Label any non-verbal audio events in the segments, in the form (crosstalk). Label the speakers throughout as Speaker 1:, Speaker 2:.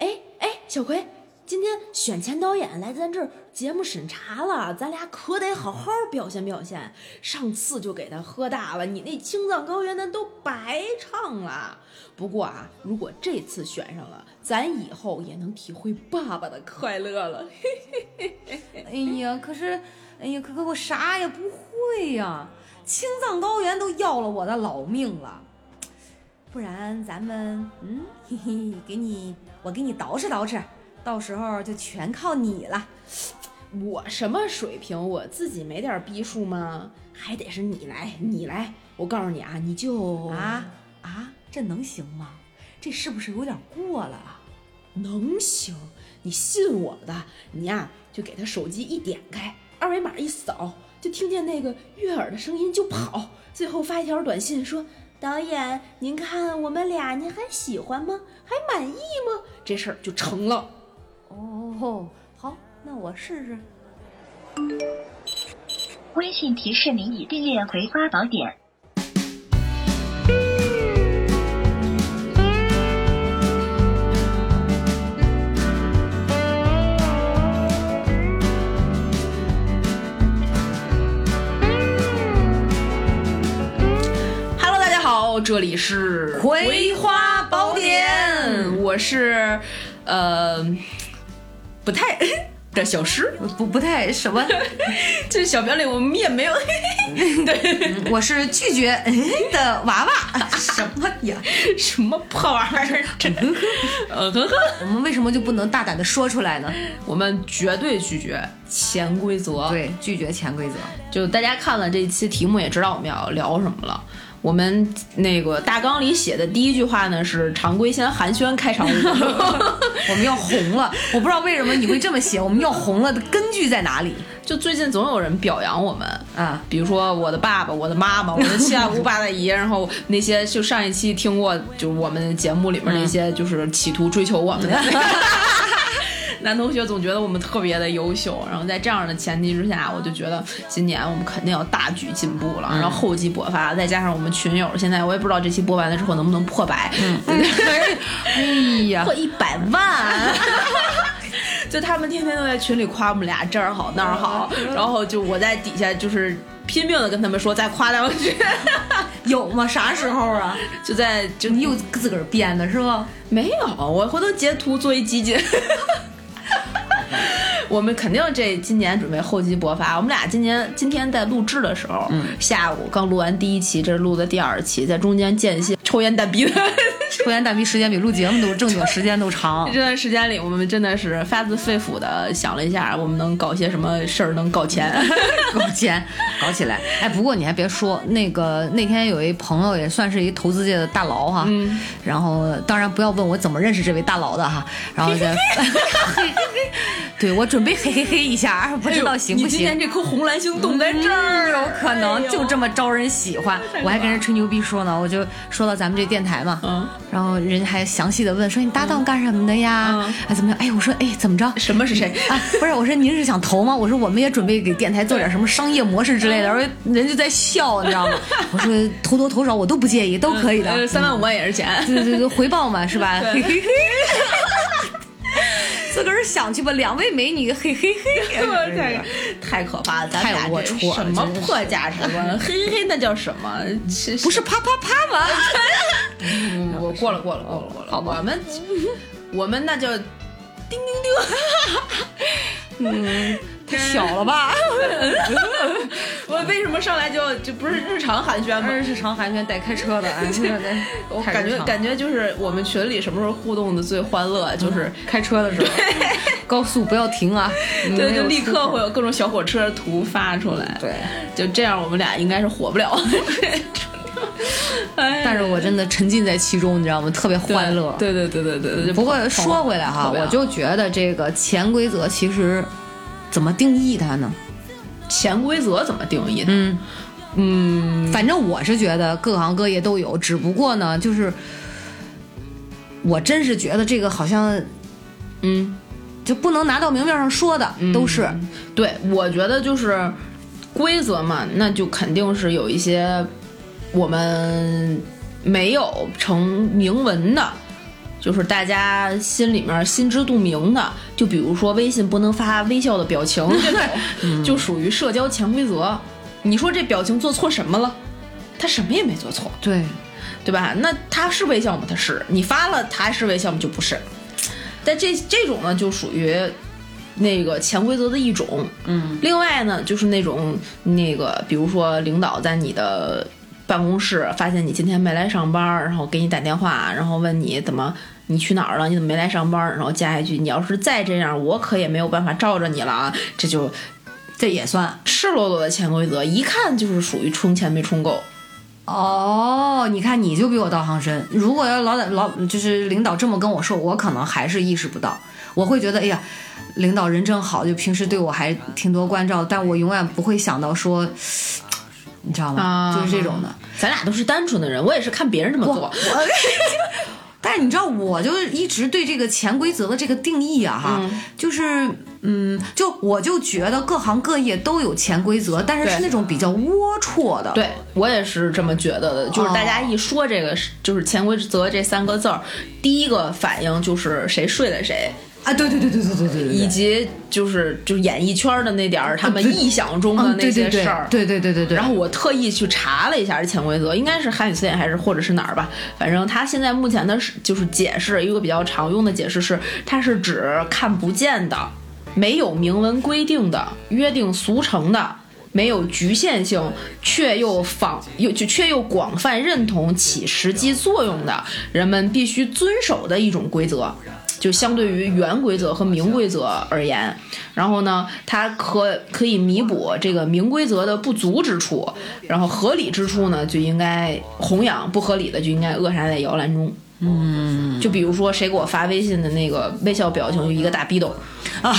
Speaker 1: 哎小葵，今天选前导演来咱这儿节目审查了，咱俩可得好好表现表现。上次就给他喝大了，你那青藏高原咱都白唱了。不过啊，如果这次选上了，咱以后也能体会爸爸的快乐了。
Speaker 2: 哎呀，可是，哎呀，可可我啥也不会呀、青藏高原都要了我的老命了。不然咱们，嗯，嘿嘿，给你，我给你捯饬捯饬，到时候就全靠你了。
Speaker 1: 我什么水平，我自己没点逼数吗？还得是你来，你来。我告诉你啊，你就
Speaker 2: 啊啊，这能行吗？这是不是有点过了啊？
Speaker 1: 能行，你信我的，你呀、就给他手机一点开，二维码一扫，就听见那个悦耳的声音就跑，最后发一条短信说：“导演，您看我们俩，您还喜欢吗？还满意吗？”这事儿就成了。
Speaker 2: 哦，好，那我试试。
Speaker 3: 微信提示您已订阅《葵花宝典》。
Speaker 1: Hello，大家好，这里是《
Speaker 2: 葵
Speaker 1: 花
Speaker 2: 宝典
Speaker 1: 我是呃不太 (laughs) 的小诗。
Speaker 2: 呃不不太什么，
Speaker 1: 这小表里我们也没有， (laughs) 对，
Speaker 2: (laughs) 我是拒绝哎的娃娃。什么呀？
Speaker 1: 什么破玩意儿， (laughs) 这，呃呵呵，
Speaker 2: 我们为什么就不能大胆的说出来呢？
Speaker 1: 我们绝对拒绝潜规则。，
Speaker 2: 对，拒绝潜规则。
Speaker 1: 就大家看了这期题目也知道我们要聊什么了。我们那个大纲里写的第一句话呢是常规先寒暄开场舞，
Speaker 2: 我们要红了，我不知道为什么你会这么写。我们要红了的根据在哪里
Speaker 1: (laughs) 就最近总有人表扬我们。
Speaker 2: 啊？
Speaker 1: 比如说我的爸爸、我的妈妈、我的七大姑八大姨，然后那些就上一期听过，就是我们节目里面那些就是企图追求我们的、 (laughs) 男同学，总觉得我们特别的优秀。然后在这样的前提之下，我就觉得今年我们肯定要大举进步了，然后厚积薄发。再加上我们群友，现在我也不知道这期播完了之后能不能破百， (laughs)
Speaker 2: 哎呀
Speaker 1: 嗯破，一百万。 (laughs) 就他们天天都在群里夸我们俩这儿好那儿好，然后就我在底下就是拼命的跟他们说再夸两句， (laughs)
Speaker 2: 有吗？啥时候啊？
Speaker 1: 就在就
Speaker 2: 你又自个儿编的是吗？
Speaker 1: 没有，我回头截图做一集
Speaker 2: (laughs)
Speaker 1: 锦。我们肯定这今年准备厚积薄发。我们俩今年今天在录制的时候，
Speaker 2: 嗯
Speaker 1: 下午刚录完第一期，这是录的第二期，在中间间歇抽烟蛋逼的
Speaker 2: 抽烟蛋逼时间比录节目都正经时间都
Speaker 1: (laughs)
Speaker 2: 长。
Speaker 1: 这段时间里，我们真的是发自肺腑的想了一下，我们能搞些什么事儿能搞钱。
Speaker 2: 搞钱，搞起来！哎，不过你还别说，那个那天有一朋友也算是一投资界的大佬哈，然后当然不要问我怎么认识这位大佬的哈，然后 (laughs) 再，对我准备嘿嘿嘿一下，不知道行不
Speaker 1: 你今
Speaker 2: 行。
Speaker 1: 天这颗红蓝星冻在这儿，
Speaker 2: 有可能就这
Speaker 1: 么。
Speaker 2: 么招人喜欢，我还跟人吹牛逼说呢，我就说到咱们这电台嘛，
Speaker 1: 嗯，
Speaker 2: 然后人家还详细的问说你搭档干什么的呀？
Speaker 1: 嗯
Speaker 2: 哎怎么样？哎我说哎怎么着？
Speaker 1: 什么是谁？
Speaker 2: 啊，不是，我说您是想投吗？我说我们也准备给电台做点什么商业模式之
Speaker 1: 嗯
Speaker 2: 类的，然后人就在笑，你知道吗？我说投多投少我都不介意，都可以的。嗯
Speaker 1: 呃三万五万也是钱。
Speaker 2: 对对对，回报嘛是吧？嘿嘿嘿，自个儿想去吧，两位美女，嘿嘿
Speaker 1: (laughs)
Speaker 2: 嘿。
Speaker 1: 太哎太可怕了，咱
Speaker 2: 太
Speaker 1: 俩
Speaker 2: 龌
Speaker 1: 这
Speaker 2: 龊了
Speaker 1: 什么
Speaker 2: 真是
Speaker 1: 破价值 (laughs) 观？嘿嘿嘿，那叫什么？
Speaker 2: 不
Speaker 1: 不
Speaker 2: 是啪啪啪吗？
Speaker 1: 我过了，过了，过了，过了。哦好吧，我 (laughs) 们我们那叫
Speaker 2: 太 (laughs) 小了吧？
Speaker 1: 我为什么上来就就不是日常寒暄吗？
Speaker 2: 是长寒暄带开车
Speaker 1: (laughs)
Speaker 2: 的，哎，
Speaker 1: 我感觉感觉就是我们群里什么时候互动的最欢乐，就是
Speaker 2: 开车的时候，高速不要停啊！
Speaker 1: 对，就立刻会有各种小火车图发出来。
Speaker 2: 对，
Speaker 1: 就这样，我们俩应该是火不 (laughs) 了。哎呀
Speaker 2: 但是我真的沉浸在其中，你知道吗？特别欢乐。
Speaker 1: 对对对对对对。就
Speaker 2: 不过说回来哈，
Speaker 1: 特别好
Speaker 2: 我就觉得这个潜规则其实怎么定义它呢？
Speaker 1: 潜规则怎么定义？
Speaker 2: 嗯嗯，反正我是觉得各行各业都有，只不过呢，就是我真是觉得这个好像
Speaker 1: 嗯，
Speaker 2: 就不能拿到明面上说的，都是
Speaker 1: 对，我觉得就是规则嘛，那就肯定是有一些我们没有成明文的，就是大家心里面心知肚明的，就比如说微信不能发微笑的表情，这种就属于社交潜规则。你说这表情做错什么了？他什么也没做错，
Speaker 2: 对，
Speaker 1: 对吧？那他是微笑吗？他是。你发了，他还是微笑吗？就不是。但这这种呢，就属于那个潜规则的一种。
Speaker 2: 嗯，
Speaker 1: 另外呢，就是那种那个，比如说领导在你的办公室发现你今天没来上班儿，然后给你打电话，然后问你怎么你去哪儿了，你怎么没来上班儿，然后加一句你要是再这样，我可也没有办法罩着你了啊，这就
Speaker 2: 这也算
Speaker 1: 赤裸裸的潜规则，一看就是属于充钱没充够。
Speaker 2: 哦。你看，你就比我道行深。如果要老板老就是领导这么跟我说，我可能还是意识不到，我会觉得哎呀，领导人真好，就平时对我还挺多关照，但我永远不会想到说，你知道吗？
Speaker 1: 啊
Speaker 2: 就是这 (laughs) 种的。
Speaker 1: 咱俩都是单纯的人，我也是看别人这么做。
Speaker 2: (laughs) 但是你知道，我就是一直对这个潜规则的这个定义啊，哈，就是嗯，就我就觉得各行各业都有潜规则，但是
Speaker 1: 对
Speaker 2: 是那种比较龌龊的。
Speaker 1: 对我也是这么觉得的，
Speaker 2: 哦
Speaker 1: 就是大家一说这个，就是潜规则这三个字儿，第一个反应就是谁睡了谁，
Speaker 2: 啊，对对对对对对对对，啊
Speaker 1: 以及就是就是演艺圈的那点儿他们臆想中的
Speaker 2: 嗯，
Speaker 1: 那
Speaker 2: 对对
Speaker 1: 些
Speaker 2: 对
Speaker 1: 事儿。
Speaker 2: 对对对对对。
Speaker 1: 然后我特意去查了一下这潜规则，应该是汉语词典还是或者是哪儿吧，反正它现在目前的是就是解释，一个比较常用的解释是，它是指看不见的、没有明文规定的、约定俗成的、没有局限性却又仿又就却又广泛认同起实际作用的人们必须遵守的一种规则。就相对于原规则和明规则而言，然后呢，它可可以弥补这个明规则的不足之处，然后合理之处呢，就应该弘扬，不合理的就应该扼杀在摇篮中。嗯，就比如说谁给我发微信的那个微笑表情，就一个大逼斗，
Speaker 2: 啊，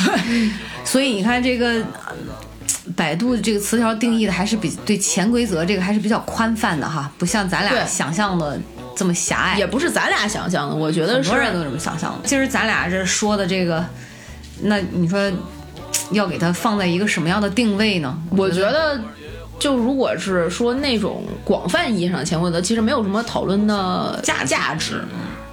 Speaker 2: 所以你看这个。呃百度这个词条定义的还是比对潜规则这个还是比较宽泛的哈，不像咱俩
Speaker 1: 对
Speaker 2: 想象的这么狭隘。
Speaker 1: 也不是咱俩想象的，我觉得
Speaker 2: 很
Speaker 1: 是
Speaker 2: 多人都这么想象的。今儿咱俩这说的这个，那你说要给它放在一个什么样的定位呢？
Speaker 1: 我觉得，就如果是说那种广泛意义上的潜规则，其实没有什么讨论的价价值。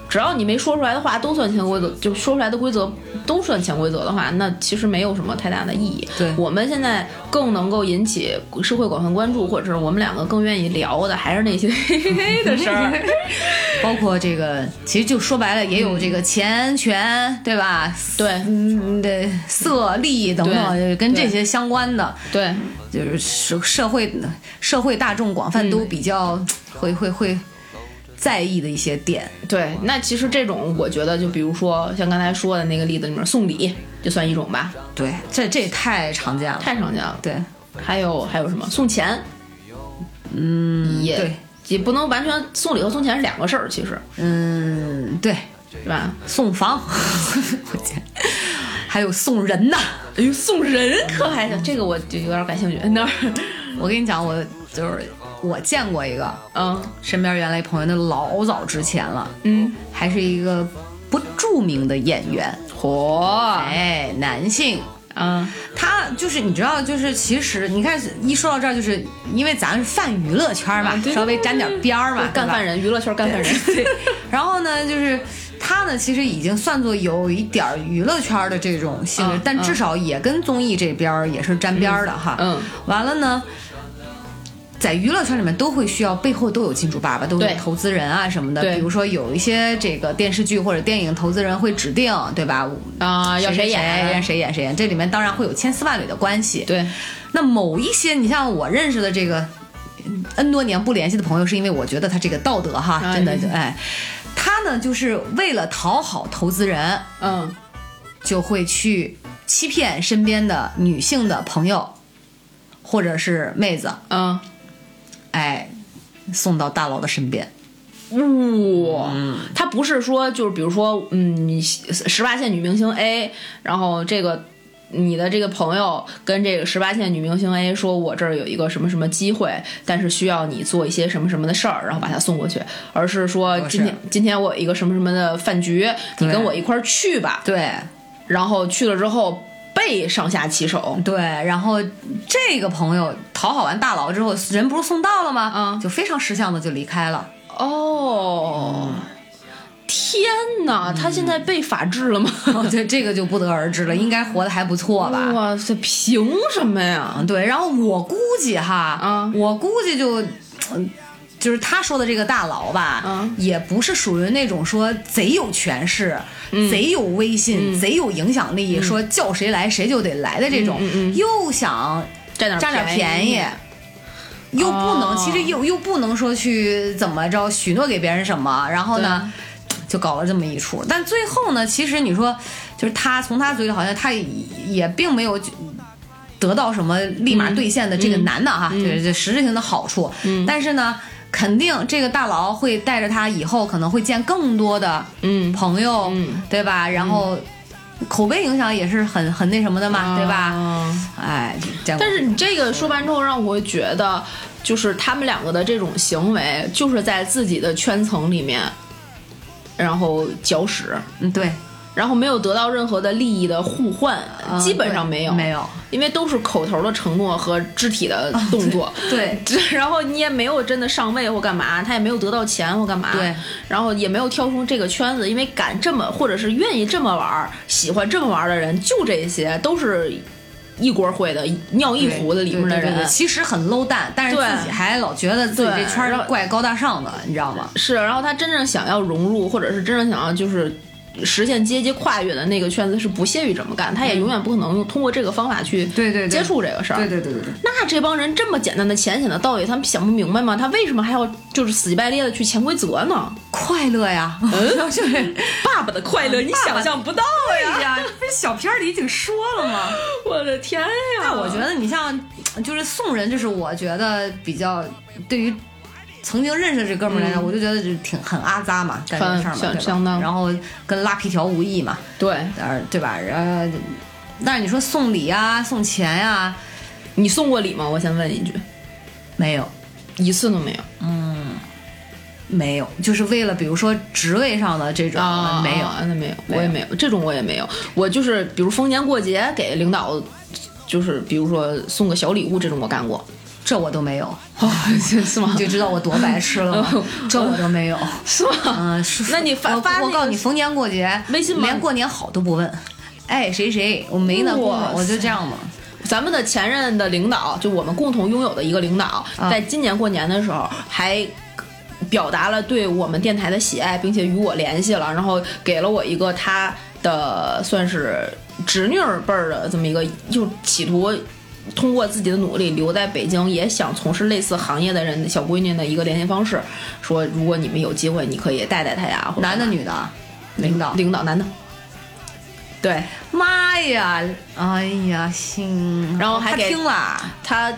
Speaker 1: 只要你没说出来的话，都算潜规则，就说出来的规则都算潜规则的话，那其实没有什么太大的意义。
Speaker 2: 对
Speaker 1: 我们现在更能够引起社会广泛关注，或者是我们两个更愿意聊的，还是那些 (laughs) 嘿嘿嘿的事儿。
Speaker 2: 包括这个，其实就说白了，也有这个钱权，嗯对吧？
Speaker 1: 对
Speaker 2: 嗯，对，色利等等，
Speaker 1: 对
Speaker 2: 跟这
Speaker 1: 对
Speaker 2: 些相关的，
Speaker 1: 对，
Speaker 2: 就是社社会社会大众广泛都比较会会会在意的一些点。
Speaker 1: 对，那其实这种我觉得，就比如说像刚才说的那个例子里面，送礼就算一种吧，
Speaker 2: 对，这这也太常见了。
Speaker 1: 太常见了。
Speaker 2: 对，
Speaker 1: 还有还有什么送钱？嗯，也
Speaker 2: 对
Speaker 1: 也不能完全送礼和送钱是两个事儿，其实
Speaker 2: 嗯，对，
Speaker 1: 是吧？
Speaker 2: 送房，我天，还有送人呐。
Speaker 1: 哎呦，送人可还行，这个我就有点感兴趣。那儿， (laughs)
Speaker 2: 我跟你讲，我就是我见过一个
Speaker 1: 嗯
Speaker 2: 身边原来朋友，那老早之前了，
Speaker 1: 嗯，
Speaker 2: 还是一个不著名的演员，
Speaker 1: 嚯，
Speaker 2: 哎，男性。
Speaker 1: 嗯，
Speaker 2: 他就是你知道，就是其实你看一说到这儿，就是因为咱是泛娱乐圈嘛，
Speaker 1: 啊对
Speaker 2: 稍微沾点边儿嘛，
Speaker 1: 干
Speaker 2: 对吧
Speaker 1: 饭。人，娱乐圈干饭人，
Speaker 2: 然后呢，就是他呢，其实已经算作有一点儿娱乐圈的这种性质，
Speaker 1: 嗯
Speaker 2: 但至少也跟综艺这边儿也是沾边儿的哈。
Speaker 1: 嗯嗯
Speaker 2: 完了呢。在娱乐圈里面都会需要背后都有金主爸爸，都有
Speaker 1: 对
Speaker 2: 投资人啊什么的。
Speaker 1: 对
Speaker 2: 比如说有一些这个电视剧或者电影投资人会指定，对吧？
Speaker 1: (laughs) 啊，要
Speaker 2: 谁
Speaker 1: 演？
Speaker 2: 让谁演谁演，这里面当然会有千丝万缕的关系。
Speaker 1: 对，
Speaker 2: 那某一些，你像我认识的这个嗯 N 多年不联系的朋友，是因为我觉得他这个道德哈，
Speaker 1: 哎
Speaker 2: 真的就哎，他呢就是为了讨好投资人，
Speaker 1: 嗯，
Speaker 2: 就会去欺骗身边的女性的朋友或者是妹子，
Speaker 1: 嗯，
Speaker 2: 哎，送到大佬的身边。
Speaker 1: 哇、他不是说就是比如说，嗯，你十八线女明星 A，然后这个你的这个朋友跟这个十八线女明星 A 说，我这儿有一个什么什么机会，但是需要你做一些什么什么的事儿，然后把她送过去，而是说
Speaker 2: 不是
Speaker 1: 今天今天我有一个什么什么的饭局，你
Speaker 2: 对
Speaker 1: 跟我一块儿去吧，
Speaker 2: 对嗯
Speaker 1: 然后去了之后被上下其手，
Speaker 2: 对，然后这个朋友讨好完大佬之后，人不是送到了吗？
Speaker 1: 嗯
Speaker 2: 就非常识相的就离开了。
Speaker 1: 哦。天哪，他现
Speaker 2: 嗯
Speaker 1: 在被法治
Speaker 2: (laughs)
Speaker 1: 了吗？
Speaker 2: 哦，对，这个就不得而知了，应该活得还不错吧？
Speaker 1: 哇塞，凭什么呀？
Speaker 2: 对，然后我估计哈，
Speaker 1: 啊
Speaker 2: 我估计就，嗯就是他说的这个大佬吧，
Speaker 1: 啊
Speaker 2: 也不是属于那种说贼有权势、贼有威信、贼有影响力，说叫谁来谁就得来的这种，又想
Speaker 1: 占点
Speaker 2: 占点便
Speaker 1: 便
Speaker 2: 宜。又不能，
Speaker 1: 哦
Speaker 2: 其实又又不能说去怎么着许诺给别人什么，然后呢，就搞了这么一出。但最后呢，其实你说，就是他从他嘴里好像他也也并没有得到什么立马
Speaker 1: 嗯
Speaker 2: 兑现的这个男的哈，就是这实质性的好处。但是呢，肯定这个大佬会带着他以后可能会见更多的
Speaker 1: 嗯
Speaker 2: 朋友，
Speaker 1: 嗯
Speaker 2: 对吧？然后口碑影响也是很很那什么的嘛，对吧？
Speaker 1: 啊
Speaker 2: 哎，这样
Speaker 1: 但是你这个说完之后，让我觉得，就是他们两个的这种行为，就是在自己的圈层里面，然后搅屎，
Speaker 2: 嗯对，
Speaker 1: 然后没有得到任何的利益的互换，
Speaker 2: 嗯
Speaker 1: 基本上
Speaker 2: 对
Speaker 1: 没有，
Speaker 2: 没有，
Speaker 1: 因为都是口头的承诺和肢体的动作。
Speaker 2: 啊对。
Speaker 1: 这然后你也没有真的上位或干嘛，他也没有得到钱或干嘛，
Speaker 2: 对，
Speaker 1: 然后也没有跳出这个圈子，因为敢这么或者是愿意这么玩儿、喜欢这么玩儿的人，就这些都是一锅烩的、尿 (laughs) 一壶的里面的
Speaker 2: 对对
Speaker 1: 人。
Speaker 2: 对对其实很 low 蛋，但是
Speaker 1: 对
Speaker 2: 自己还老觉得自己这
Speaker 1: 对
Speaker 2: 圈儿
Speaker 1: 然后
Speaker 2: 怪高大上的，你知道吗？
Speaker 1: 是，然后他真正想要融入，或者是真正想要就是实现阶级跨越的那个圈子，是不屑于这么干，他也永远不可能用通过这个方法去
Speaker 2: 嗯对对对
Speaker 1: 接触这个事儿。
Speaker 2: 对对对对，
Speaker 1: 那这帮人这么简单的浅显的道理，他们想不明白吗？他为什么还要就是死乞白赖的去潜规则呢？
Speaker 2: 快乐 (laughs) 呀！
Speaker 1: 就是爸爸的快
Speaker 2: 嗯
Speaker 1: 乐，你想象不到呀！
Speaker 2: 对呀，这不是小片儿里已经说了吗？
Speaker 1: 我的天呀！
Speaker 2: 那我觉得你像，就是宋人，就是我觉得比较对于曾经认识的这哥们儿来讲，我就觉得就挺很阿扎嘛，干这个事儿嘛，
Speaker 1: 嗯很
Speaker 2: 对吧
Speaker 1: 相相当
Speaker 2: 然后跟拉皮条无异嘛，
Speaker 1: 对
Speaker 2: 呃，对吧？呃，但是你说送礼啊、送钱呀、
Speaker 1: 你送过礼吗？我先问一句，
Speaker 2: 没有。
Speaker 1: 一次都没有
Speaker 2: 没有，就是为了比如说职位上的这种、
Speaker 1: 啊
Speaker 2: 呃没有，
Speaker 1: 那没有，
Speaker 2: 没有
Speaker 1: 我也没有这种，我也没有。我就是比如逢年过节给领导，就是比如说送个小礼物这种，我干过。
Speaker 2: 这我都没有，
Speaker 1: (laughs) 是吗
Speaker 2: 你？哦就知道我多白痴
Speaker 1: (laughs)
Speaker 2: 了吗？这我都没有，
Speaker 1: 是吗？
Speaker 2: 嗯，是。
Speaker 1: 啊那你发
Speaker 2: 我
Speaker 1: 发那
Speaker 2: 我
Speaker 1: 个
Speaker 2: 告诉你，逢年过节
Speaker 1: 微信吗
Speaker 2: 连过年好都不问，哎，谁谁我没那功
Speaker 1: 哇
Speaker 2: 夫，我就这样嘛。
Speaker 1: 咱们的前任的领导，就我们共同拥有的一个领导，
Speaker 2: 啊
Speaker 1: 在今年过年的时候还。表达了对我们电台的喜爱，并且与我联系了，然后给了我一个他的算是侄女儿辈儿的这么一个，就企图通过自己的努力留在北京，也想从事类似行业的人小闺女的一个联系方式。说如果你们有机会，你可以带带她呀，或者
Speaker 2: 男的女的啊，领导。
Speaker 1: 领导男的，对，
Speaker 2: 妈呀，哎呀，行。
Speaker 1: 然后还
Speaker 2: 他
Speaker 1: 给 (laughs)
Speaker 2: 听了啊，
Speaker 1: 他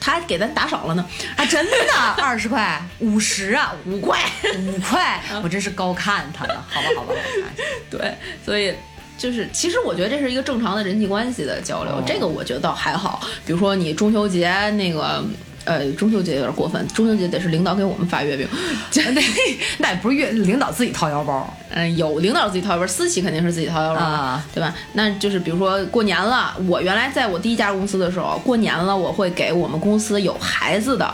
Speaker 1: 他给咱打赏了呢，
Speaker 2: 真的二十块、五十啊、
Speaker 1: 五块。嗯
Speaker 2: 五块，我真是高看他了，好吧，好吧，
Speaker 1: (laughs)
Speaker 2: 好吧。
Speaker 1: 对，所以就是，其实我觉得这是一个正常的人际关系的交流，
Speaker 2: 哦
Speaker 1: 这个我觉得倒还好。比如说你中秋节那个。呃，中秋节有点过分，中秋节得是领导给我们发月饼， (laughs)
Speaker 2: (laughs) 那那也不是月领导自己掏腰包，
Speaker 1: 嗯，有领导自己掏腰包，私企肯定是自己掏腰包的，
Speaker 2: 啊
Speaker 1: 对吧？那就是比如说过年了，我原来在我第一家公司的时候，过年了我会给我们公司有孩子的。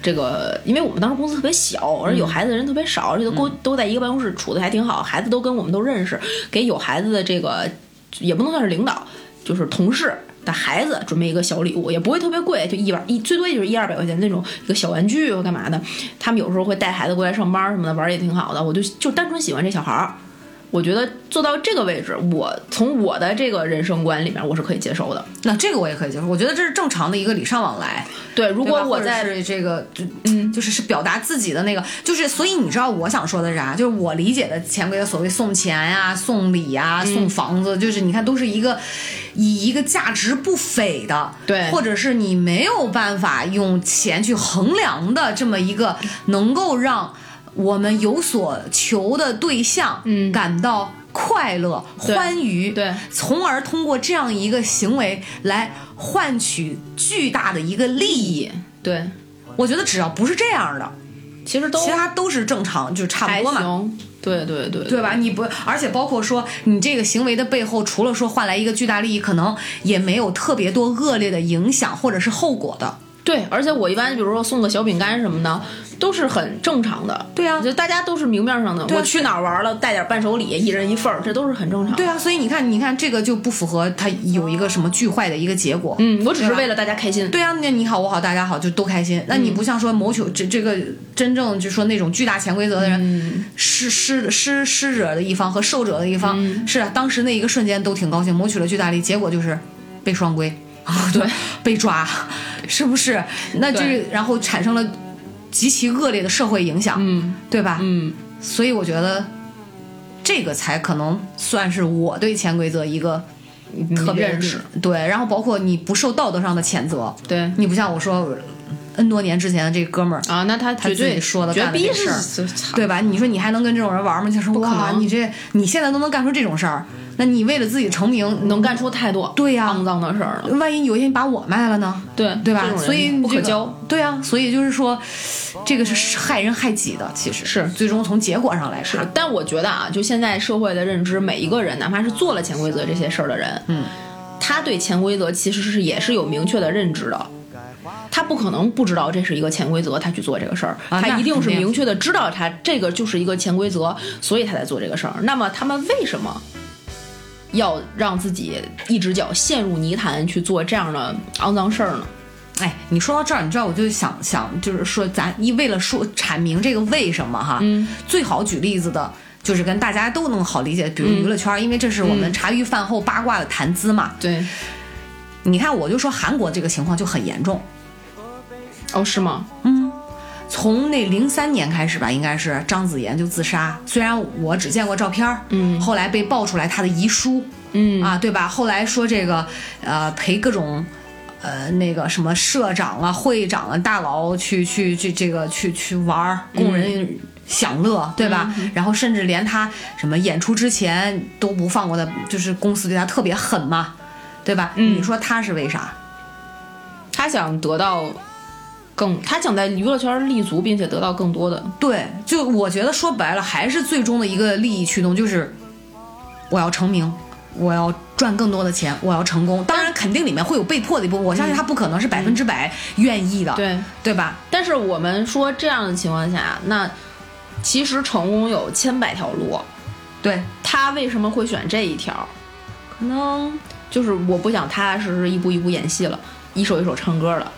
Speaker 1: 这个，因为我们当时公司特别小，而且
Speaker 2: 嗯
Speaker 1: 有孩子的人特别少，而且都都都在一个办公室处的还挺好，孩子都跟我们都认识，给有孩子的这个也不能算是领导，就是同事的孩子准备一个小礼物，也不会特别贵，就一百一最多也就是一二百块钱那种一个小玩具或干嘛的。他们有时候会带孩子过来上班什么的，玩儿也挺好的。我就就单纯喜欢这小孩儿，我觉得做到这个位置，我从我的这个人生观里面，我是可以接受的。
Speaker 2: 那这个我也可以接受，我觉得这是正常的一个礼尚往来。
Speaker 1: 对，如
Speaker 2: 对吧
Speaker 1: 果我
Speaker 2: 或者
Speaker 1: 在
Speaker 2: 是这个，就嗯，就是是表达自己的那个，就是所以你知道我想说的是啥？就是我理解的潜规则，所谓送钱呀、送礼呀、
Speaker 1: 嗯
Speaker 2: 送房子，就是你看都是一个以一个价值不菲的，
Speaker 1: 对
Speaker 2: 或者是你没有办法用钱去衡量的这么一个能够让我们有所求的对象，嗯，感到。快乐、
Speaker 1: 对
Speaker 2: 欢愉，
Speaker 1: 对
Speaker 2: 从而通过这样一个行为来换取巨大的一个利益。
Speaker 1: 对，
Speaker 2: 我觉得只要不是这样的，
Speaker 1: 其实都
Speaker 2: 其他都是正常，就差
Speaker 1: 还
Speaker 2: 不多嘛。
Speaker 1: 行。对对对
Speaker 2: 对吧？你不，而且包括说你这个行为的背后，除了说换来一个巨大利益，可能也没有特别多恶劣的影响或者是后果的。
Speaker 1: 对对，而且我一般比如说送个小饼干什么的，都是很正常的。
Speaker 2: 对啊
Speaker 1: 就大家都是明面上的。
Speaker 2: 对啊
Speaker 1: 我去哪儿玩了，带点伴手礼，一人一份儿，这都是很正常的。
Speaker 2: 对啊，所以你看，你看这个就不符合他有一个什么巨坏的一个结果。
Speaker 1: 嗯，我只是
Speaker 2: 对吧
Speaker 1: 为了大家开心。
Speaker 2: 对啊，那你好，我好，大家好，就都开心。那
Speaker 1: 嗯
Speaker 2: 你不像说谋求这这个真正就说那种巨大潜规则的
Speaker 1: 嗯
Speaker 2: 人，施施施施者的一方和受者的一方，
Speaker 1: 嗯
Speaker 2: 是啊，当时那一个瞬间都挺高兴，谋取了巨大利益，结果就是被
Speaker 1: (laughs)
Speaker 2: 双规，
Speaker 1: 啊对，(laughs)
Speaker 2: 被抓，是不是？那这个然后产生了极其恶劣的社会影响，
Speaker 1: 嗯
Speaker 2: 对吧？
Speaker 1: 嗯，
Speaker 2: 所以我觉得这个才可能算是我对潜规则一个特别的
Speaker 1: 认识
Speaker 2: 定对，然后包括你不受道德上的谴责，
Speaker 1: 对
Speaker 2: 你不像我说 N 多年之前的这哥们儿。
Speaker 1: 啊，那他
Speaker 2: 他
Speaker 1: 绝
Speaker 2: 自
Speaker 1: 对
Speaker 2: 己说的
Speaker 1: 绝
Speaker 2: 干的
Speaker 1: 逼
Speaker 2: 这
Speaker 1: 是
Speaker 2: 事儿
Speaker 1: 是操
Speaker 2: 对吧？你说你还能跟这种人玩吗？就是
Speaker 1: 可
Speaker 2: 哇，
Speaker 1: 能
Speaker 2: 你这你现在都能干出这种事儿，那你为了自己成名，
Speaker 1: 能干出太多
Speaker 2: 对呀
Speaker 1: 肮脏的事儿了。
Speaker 2: 万一有一天你把我卖了呢？
Speaker 1: 对
Speaker 2: 对
Speaker 1: 这
Speaker 2: 吧？
Speaker 1: 种人
Speaker 2: 所以
Speaker 1: 不可
Speaker 2: 这个
Speaker 1: 交。。
Speaker 2: 对啊，所以就是说，这个是害人害己的，其实
Speaker 1: 是
Speaker 2: 最终从结果上来看，
Speaker 1: 但我觉得啊，就现在社会的认知，每一个人，哪怕是做了潜规则这些事儿的人，
Speaker 2: 嗯，
Speaker 1: 他对潜规则其实是也是有明确的认知的。他不可能不知道这是一个潜规则，他去做这个事儿，
Speaker 2: 啊那
Speaker 1: 他一定是
Speaker 2: 肯定
Speaker 1: 明确的知道他这个就是一个潜规则，所以他才做这个事儿。那么他们为什么要让自己一只脚陷入泥潭去做这样的肮脏事儿呢？
Speaker 2: 哎，你说到这儿，你知道我就想想，就是说咱一为了说阐明这个为什么哈，
Speaker 1: 嗯，
Speaker 2: 最好举例子的。就是跟大家都能好理解，比如
Speaker 1: 嗯
Speaker 2: 娱乐圈，因为这是我们茶余饭后八卦的谈资嘛。
Speaker 1: 对，
Speaker 2: 你看，我就说韩国这个情况就很严重，
Speaker 1: 哦，是吗？
Speaker 2: 从那零三年开始吧，应该是张子妍就自杀。虽然我只见过照片儿，
Speaker 1: 嗯
Speaker 2: 后来被爆出来她的遗书，
Speaker 1: 嗯
Speaker 2: 啊，对吧？后来说这个，呃，陪各种，呃，那个什么社长啊、会长啊、大佬去去去这个去去玩儿，
Speaker 1: 嗯
Speaker 2: 供人享乐，对吧？然后甚至连他什么演出之前都不放过的，就是公司对他特别狠嘛，对吧？
Speaker 1: 嗯
Speaker 2: 你说他是为啥？
Speaker 1: 他想得到更，他想在娱乐圈立足，并且得到更多的。
Speaker 2: 对，就我觉得说白了，还是最终的一个利益驱动，就是我要成名，我要赚更多的钱，我要成功。当然，肯定里面会有被迫的一部分，我相信他不可能是百分之百愿意的，
Speaker 1: 对，
Speaker 2: 对吧？
Speaker 1: 但是我们说这样的情况下，那其实成功有千百条路，
Speaker 2: 对，
Speaker 1: 他为什么会选这一条？
Speaker 2: 可能
Speaker 1: 就是我不想踏踏实实一步一步演戏了，一首一首唱歌了，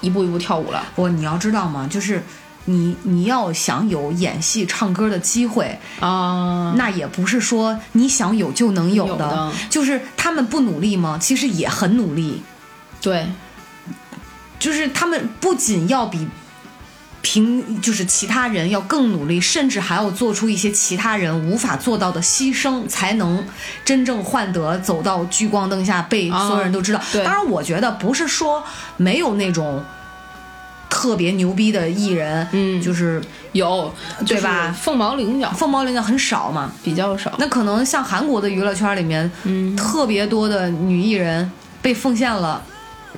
Speaker 1: 一步一步跳舞了。
Speaker 2: 不，你要知道吗？就是你你要想有演戏、唱歌的机会，
Speaker 1: 啊、
Speaker 2: 那也不是说你想有就能有
Speaker 1: 有
Speaker 2: 的，
Speaker 1: 的
Speaker 2: 就是他们不努力吗？其实也很努力，
Speaker 1: 对，
Speaker 2: 就是他们不仅要比平就是其他人要更努力，甚至还要做出一些其他人无法做到的牺牲，才能真正换得走到聚光灯下被
Speaker 1: 啊
Speaker 2: 所有人都知道。
Speaker 1: 对
Speaker 2: 当然，我觉得不是说没有那种特别牛逼的艺人，
Speaker 1: 嗯
Speaker 2: 就是
Speaker 1: 有，
Speaker 2: 对吧
Speaker 1: 就是凤毛麟角，
Speaker 2: 凤毛麟角很少嘛。
Speaker 1: 比较少。
Speaker 2: 那可能像韩国的娱乐圈里面，
Speaker 1: 嗯
Speaker 2: 特别多的女艺人被奉献了，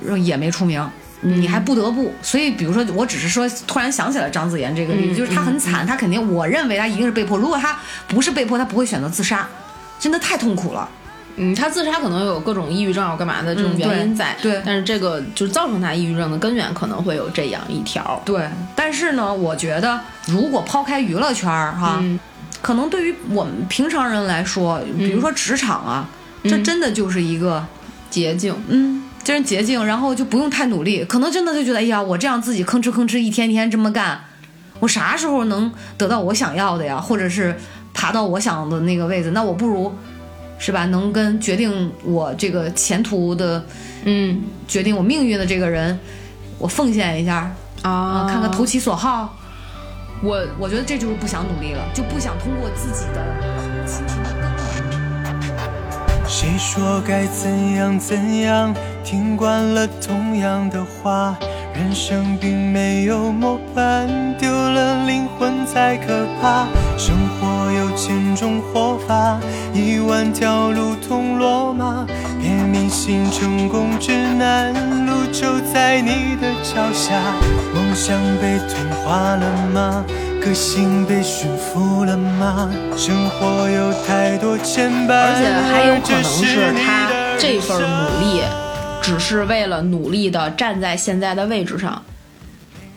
Speaker 2: 呃也没出名。
Speaker 1: 嗯
Speaker 2: 你还不得不，所以比如说，我只是说，突然想起来张子妍这个例
Speaker 1: 嗯
Speaker 2: 子，就是她很惨，她肯定，我认为她一定是被迫。如果她不是被迫，她不会选择自杀，真的太痛苦了。
Speaker 1: 嗯，他自杀可能有各种抑郁症啊，干嘛的这种
Speaker 2: 嗯
Speaker 1: 原因
Speaker 2: 对
Speaker 1: 在，
Speaker 2: 对
Speaker 1: 但是这个就是造成他抑郁症的根源可能会有这样一条。
Speaker 2: 对，但是呢，我觉得如果抛开娱乐圈儿哈，
Speaker 1: 嗯
Speaker 2: 可能对于我们平常人来说，比如说职场啊，这
Speaker 1: 嗯
Speaker 2: 真的就是一个
Speaker 1: 捷径，
Speaker 2: 嗯，这是捷径，然后就不用太努力，可能真的就觉得，哎呀，我这样自己吭哧吭哧一天天这么干，我啥时候能得到我想要的呀？或者是爬到我想的那个位置？那我不如，是吧？能跟决定我这个前途的、
Speaker 1: 嗯
Speaker 2: 决定我命运的这个人，我奉献一下，
Speaker 1: 啊
Speaker 2: 啊，看看投其所好。
Speaker 1: 我
Speaker 2: 我觉得这就是不想努力了，就不想通过自己的辛勤的耕耘。
Speaker 4: 谁说该怎样怎样？听惯了同样的话，人生并没有模板，丢了灵魂才可怕。生活有千种活法，一万条路通罗马。别迷信成功指南，路就在你的脚下。梦想被同化了吗？个性被驯服了吗？生活有太多牵绊。
Speaker 1: 而且还有可能
Speaker 4: 是
Speaker 1: 是他这份努力只是为了努力的站在现在的位置上，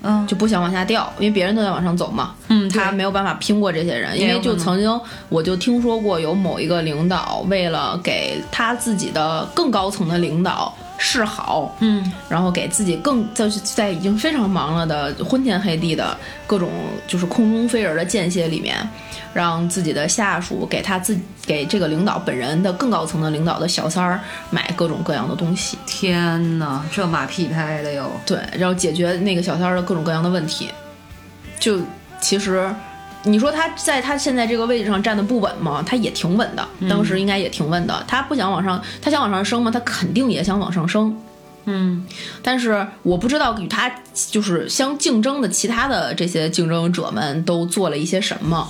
Speaker 2: 嗯，
Speaker 1: 就不想往下掉，因为别人都在往上走嘛。
Speaker 2: 嗯
Speaker 1: 他
Speaker 2: 对
Speaker 1: 没有办法拼过这些人，因
Speaker 2: 没
Speaker 1: 为
Speaker 2: 有
Speaker 1: 就
Speaker 2: 可能
Speaker 1: 曾经我就听说过有某一个领导为了给他自己的更高层的领导示好，
Speaker 2: 嗯，
Speaker 1: 然后给自己更就是在已经非常忙了的昏天黑地的各种就是空中飞人的间歇里面，让自己的下属给他自己给这个领导本人的更高层的领导的小三儿买各种各样的东西，
Speaker 2: 天哪，这马屁拍的哟！
Speaker 1: 对，然后解决那个小三儿的各种各样的问题。就其实，你说他在他现在这个位置上站的不稳吗？他也挺稳的，当时应该也挺稳的。他不想往上，他想往上升吗？他肯定也想往上升。
Speaker 2: 嗯，
Speaker 1: 但是我不知道与他就是相竞争的其他的这些竞争者们都做了一些什么，